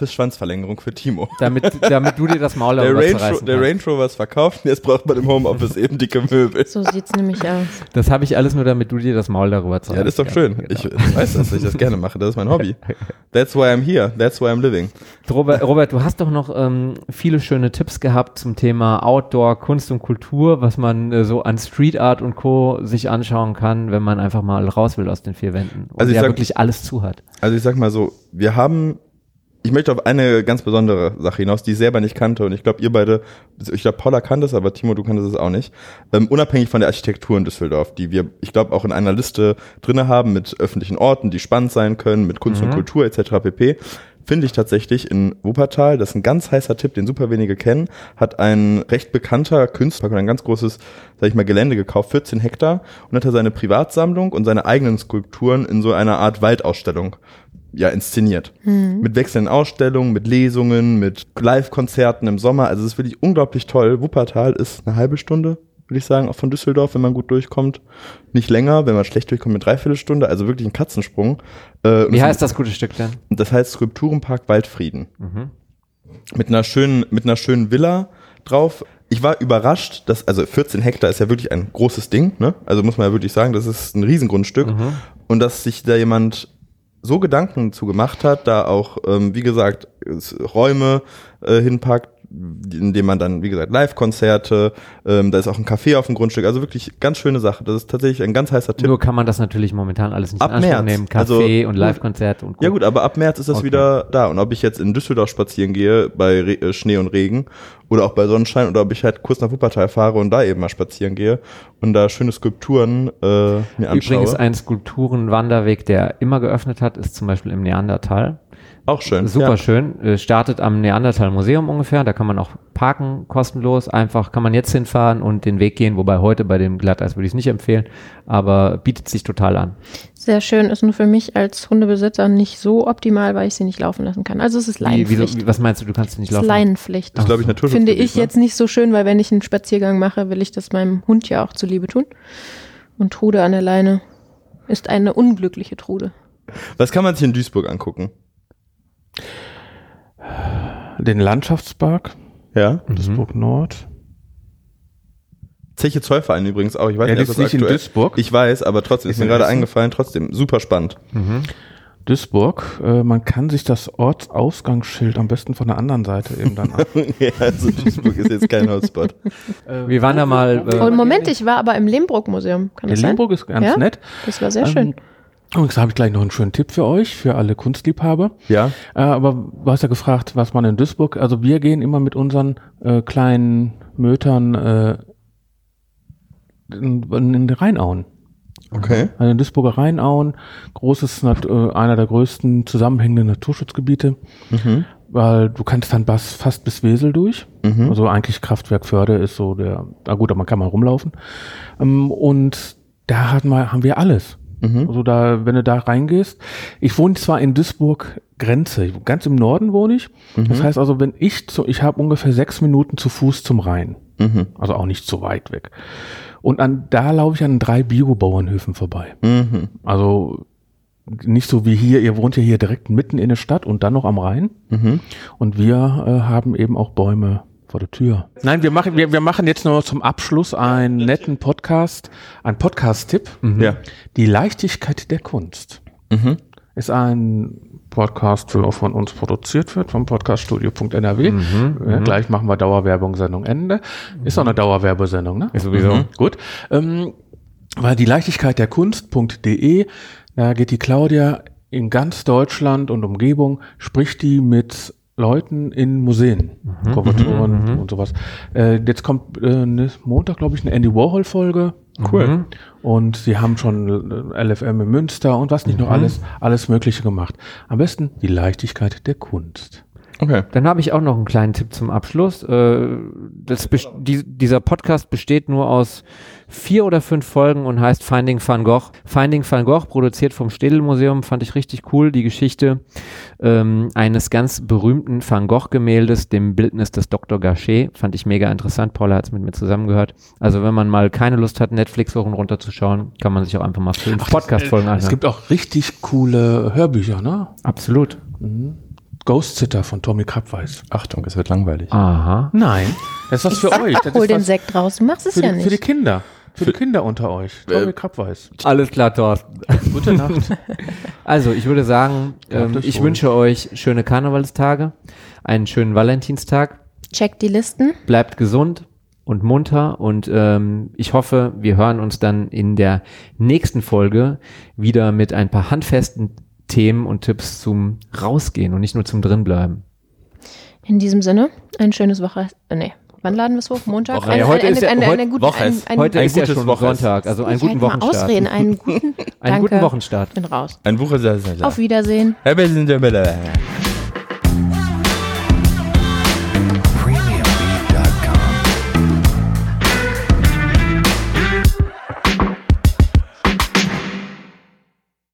Speaker 3: Homeoffice-Schwanzverlängerung für Timo.
Speaker 4: damit, damit du dir das Maul
Speaker 3: Der
Speaker 4: darüber
Speaker 3: Range,
Speaker 4: zerreißen
Speaker 3: der
Speaker 4: kannst.
Speaker 3: Range Rover ist verkauft, und jetzt braucht man im Homeoffice eben dicke Möbel.
Speaker 2: So sieht's nämlich aus.
Speaker 4: Das habe ich alles nur, damit du dir das Maul darüber zerreißen
Speaker 3: Ja, das ist doch
Speaker 4: kannst.
Speaker 3: schön.
Speaker 4: Genau.
Speaker 3: Ich weiß, dass ich das gerne mache. Das ist mein Hobby. That's why I'm here. That's why I'm living.
Speaker 4: Robert, Robert, du hast doch noch ähm, viele schöne Tipps gehabt zum Thema Outdoor, Kunst und Kultur, was man äh, so an Street Art und Co. sich anschauen kann, wenn man einfach mal raus will aus den vier Wänden und
Speaker 3: Also ich
Speaker 4: ja
Speaker 3: sag-
Speaker 4: wirklich alles zu hat.
Speaker 3: Also ich sag mal so, wir haben, ich möchte auf eine ganz besondere Sache hinaus, die ich selber nicht kannte und ich glaube, ihr beide, ich glaube, Paula kannte es, aber Timo, du kanntest es auch nicht. Ähm, unabhängig von der Architektur in Düsseldorf, die wir, ich glaube, auch in einer Liste drinne haben mit öffentlichen Orten, die spannend sein können, mit Kunst und Kultur etc. pp. Finde ich tatsächlich in Wuppertal, das ist ein ganz heißer Tipp, den super wenige kennen, hat ein recht bekannter Künstler ein ganz großes, sag ich mal, Gelände gekauft, 14 Hektar, und hat da seine Privatsammlung und seine eigenen Skulpturen in so einer Art Waldausstellung ja, inszeniert.
Speaker 4: Mhm.
Speaker 3: Mit wechselnden Ausstellungen, mit Lesungen, mit Live-Konzerten im Sommer. Also es ist wirklich unglaublich toll. Wuppertal ist eine halbe Stunde, würde ich sagen, auch von Düsseldorf, wenn man gut durchkommt. Nicht länger, wenn man schlecht durchkommt, eine Dreiviertelstunde. Also wirklich ein Katzensprung. Äh, und
Speaker 4: Wie
Speaker 3: es-
Speaker 4: heißt das gute Stück denn?
Speaker 3: das heißt Skulpturenpark Waldfrieden.
Speaker 4: Mhm.
Speaker 3: Mit einer schönen, mit einer schönen Villa drauf. Ich war überrascht, dass, also 14 Hektar ist ja wirklich ein großes Ding, ne? Also muss man ja wirklich sagen, das ist ein Riesengrundstück.
Speaker 4: Mhm.
Speaker 3: Und dass sich da jemand so Gedanken zu gemacht hat, da auch, ähm, wie gesagt, es- Räume äh, hinpackt, indem man dann, wie gesagt, Live-Konzerte, ähm, da ist auch ein Café auf dem Grundstück, also wirklich ganz schöne Sache. Das ist tatsächlich ein ganz heißer Tipp.
Speaker 4: Nur kann man das natürlich momentan alles nicht
Speaker 3: Ab
Speaker 4: in Anspruch
Speaker 3: März.
Speaker 4: nehmen.
Speaker 3: Also,
Speaker 4: Kaffee und
Speaker 3: gut.
Speaker 4: Live-Konzerte und
Speaker 3: Ja gut, aber ab März ist das
Speaker 4: Okay.
Speaker 3: wieder da. Und ob ich jetzt in Düsseldorf spazieren gehe bei Re äh, Schnee und Regen oder auch bei Sonnenschein oder ob ich halt kurz nach Wuppertal fahre und da eben mal spazieren gehe und da schöne Skulpturen äh, mir anschaue.
Speaker 4: Übrigens ein Skulpturenwanderweg, der immer geöffnet hat, ist zum Beispiel im Neandertal.
Speaker 3: auch schön.
Speaker 4: Super
Speaker 3: ja.
Speaker 4: schön. Äh, Startet am Neandertal Museum ungefähr. Da kann man auch parken kostenlos. Einfach kann man jetzt hinfahren und den Weg gehen. Wobei heute bei dem Glatteis würde ich es nicht empfehlen, aber bietet sich total an.
Speaker 2: Sehr schön, ist nur für mich als Hundebesitzer nicht so optimal, weil ich sie nicht laufen lassen kann. Also es ist
Speaker 4: Wie, wieso,
Speaker 2: Leinenpflicht.
Speaker 4: wie, was meinst du, du kannst nicht
Speaker 2: Es ist
Speaker 4: laufen?
Speaker 2: Leinenpspflicht.
Speaker 3: Das glaube ich Naturschutz. ne?
Speaker 2: Finde ich
Speaker 1: ne?
Speaker 2: jetzt nicht so schön, weil wenn ich einen Spaziergang mache, will ich das meinem Hund ja auch zuliebe tun. Und Trude an der Leine ist eine unglückliche Trude.
Speaker 3: Was kann man sich in Duisburg angucken?
Speaker 1: Den Landschaftspark,
Speaker 3: Ja.
Speaker 4: Mhm.
Speaker 1: Duisburg Nord.
Speaker 3: Zeche Zollverein übrigens auch. Ich weiß
Speaker 1: Ja,
Speaker 3: nicht,
Speaker 1: die ist
Speaker 3: ob das
Speaker 1: nicht in
Speaker 3: aktuell-
Speaker 1: Duisburg.
Speaker 3: Ich weiß, aber trotzdem ist,
Speaker 1: Ist
Speaker 3: mir
Speaker 1: in
Speaker 3: gerade
Speaker 1: Hessen.
Speaker 3: eingefallen. Trotzdem super spannend.
Speaker 4: Mhm.
Speaker 1: Duisburg, äh, man kann sich das Ortsausgangsschild am besten von der anderen Seite eben dann an.
Speaker 3: ja, also Duisburg ist jetzt kein Hotspot.
Speaker 4: Äh, Wir waren da mal.
Speaker 1: Ja,
Speaker 2: Und
Speaker 4: Äh,
Speaker 1: aber
Speaker 2: Moment,
Speaker 1: nicht.
Speaker 2: ich war aber im Lehmbruck-Museum. Kann
Speaker 1: Der
Speaker 2: das sein?
Speaker 1: Limburg ist ganz
Speaker 2: Ja?
Speaker 1: nett.
Speaker 2: Das war sehr schön.
Speaker 1: Ähm, und da habe ich gleich noch einen schönen Tipp für euch, für alle Kunstliebhaber.
Speaker 3: Ja.
Speaker 1: Äh, aber du hast ja gefragt, was man in Duisburg, also wir gehen immer mit unseren äh, kleinen Mötern äh, in, in den Rheinauen.
Speaker 3: Okay.
Speaker 1: Also in Duisburger Rheinauen, großes, Nat- äh, einer der größten zusammenhängenden Naturschutzgebiete. weil du kannst dann Bass fast bis Wesel durch. Also eigentlich Kraftwerk Förde ist so der, na gut, aber man kann mal rumlaufen. Ähm, und da haben wir, haben wir alles. Also da, wenn du da reingehst. Ich wohne zwar in Duisburg Grenze, ganz im Norden wohne ich. Das heißt also, wenn ich zu, ich habe ungefähr sechs Minuten zu Fuß zum Rhein. Also auch nicht so weit weg. Und an, da laufe ich an drei Biobauernhöfen vorbei. Also nicht so wie hier, ihr wohnt ja hier direkt mitten in der Stadt und dann noch am Rhein. Und wir äh, haben eben auch Bäume vor der Tür. Nein, wir machen, wir, wir machen jetzt noch zum Abschluss einen netten Podcast, einen Podcast-Tipp.
Speaker 3: Ja.
Speaker 1: Die Leichtigkeit der Kunst
Speaker 4: Mhm.
Speaker 1: ist ein Podcast, der von uns produziert wird, vom podcaststudio.nrw. ja, gleich machen wir Dauerwerbung, Sendung Ende. Ist doch eine Dauerwerbesendung, ne?
Speaker 4: Ist sowieso.
Speaker 1: Gut. Ähm, weil die Leichtigkeit der Kunst.de, da geht die Claudia in ganz Deutschland und Umgebung, spricht die mit Leuten in Museen, Kuratoren und sowas. Äh, jetzt kommt äh, ne, Montag, glaube ich, eine Andy Warhol-Folge. Cool. Und sie haben schon äh, LFM in Münster und was nicht noch alles, alles Mögliche gemacht. Am besten die Leichtigkeit der Kunst.
Speaker 3: Okay.
Speaker 4: Dann habe ich auch noch einen kleinen Tipp zum Abschluss. Äh, Das best- die, dieser Podcast besteht nur aus vier oder fünf Folgen und heißt Finding Van Gogh. Finding Van Gogh, produziert vom Städel Museum, fand ich richtig cool. Die Geschichte ähm, eines ganz berühmten Van Gogh-Gemäldes, dem Bildnis des Dr. Gachet, fand ich mega interessant. Paula hat es mit mir zusammengehört. Also wenn man mal keine Lust hat, Netflix-Wochen runterzuschauen, kann man sich auch einfach mal fünf Podcast-Folgen
Speaker 1: äh, Es
Speaker 4: anhören.
Speaker 1: gibt auch richtig coole Hörbücher, ne?
Speaker 4: Absolut.
Speaker 1: Ghost Sitter von Tommy Krabweis.
Speaker 3: Achtung, es wird langweilig.
Speaker 4: Aha.
Speaker 1: Nein, das ist was für euch. Das
Speaker 2: Hol
Speaker 1: ist
Speaker 2: den
Speaker 1: was
Speaker 2: Sekt raus, du machst es
Speaker 1: für,
Speaker 2: ja
Speaker 1: die, für die
Speaker 2: nicht.
Speaker 1: Kinder. Für die Kinder unter euch. Tommy Krabweis.
Speaker 4: Alles klar, Thorsten.
Speaker 1: Gute Nacht.
Speaker 4: Also, ich würde sagen, ähm,
Speaker 1: euch
Speaker 4: ich
Speaker 1: wohl.
Speaker 4: wünsche euch schöne Karnevalstage, einen schönen Valentinstag,
Speaker 2: Check die Listen.
Speaker 4: bleibt gesund und munter und ähm, ich hoffe, wir hören uns dann in der nächsten Folge wieder mit ein paar handfesten Themen und Tipps zum Rausgehen und nicht nur zum Drinbleiben.
Speaker 2: In diesem Sinne, ein schönes Woche. Äh, nee, wann laden wir es hoch? Montag?
Speaker 4: Woche. Ja, heute ist ja- heute
Speaker 2: gute-
Speaker 3: Woche
Speaker 2: ein-
Speaker 3: ist-
Speaker 2: ein-
Speaker 4: Heute
Speaker 3: ein
Speaker 4: ist ja
Speaker 3: gutes
Speaker 4: schon
Speaker 3: Wochenende.
Speaker 4: Sonntag, also einen
Speaker 2: Ich
Speaker 4: guten
Speaker 2: halte mal
Speaker 4: Wochenstart.
Speaker 2: Ausreden, einen guten,
Speaker 4: Einen guten
Speaker 2: Danke.
Speaker 4: Wochenstart.
Speaker 2: Ich bin raus.
Speaker 3: Ein Buch ist ja.
Speaker 2: Auf Wiedersehen.
Speaker 3: Ja, wir sind ja.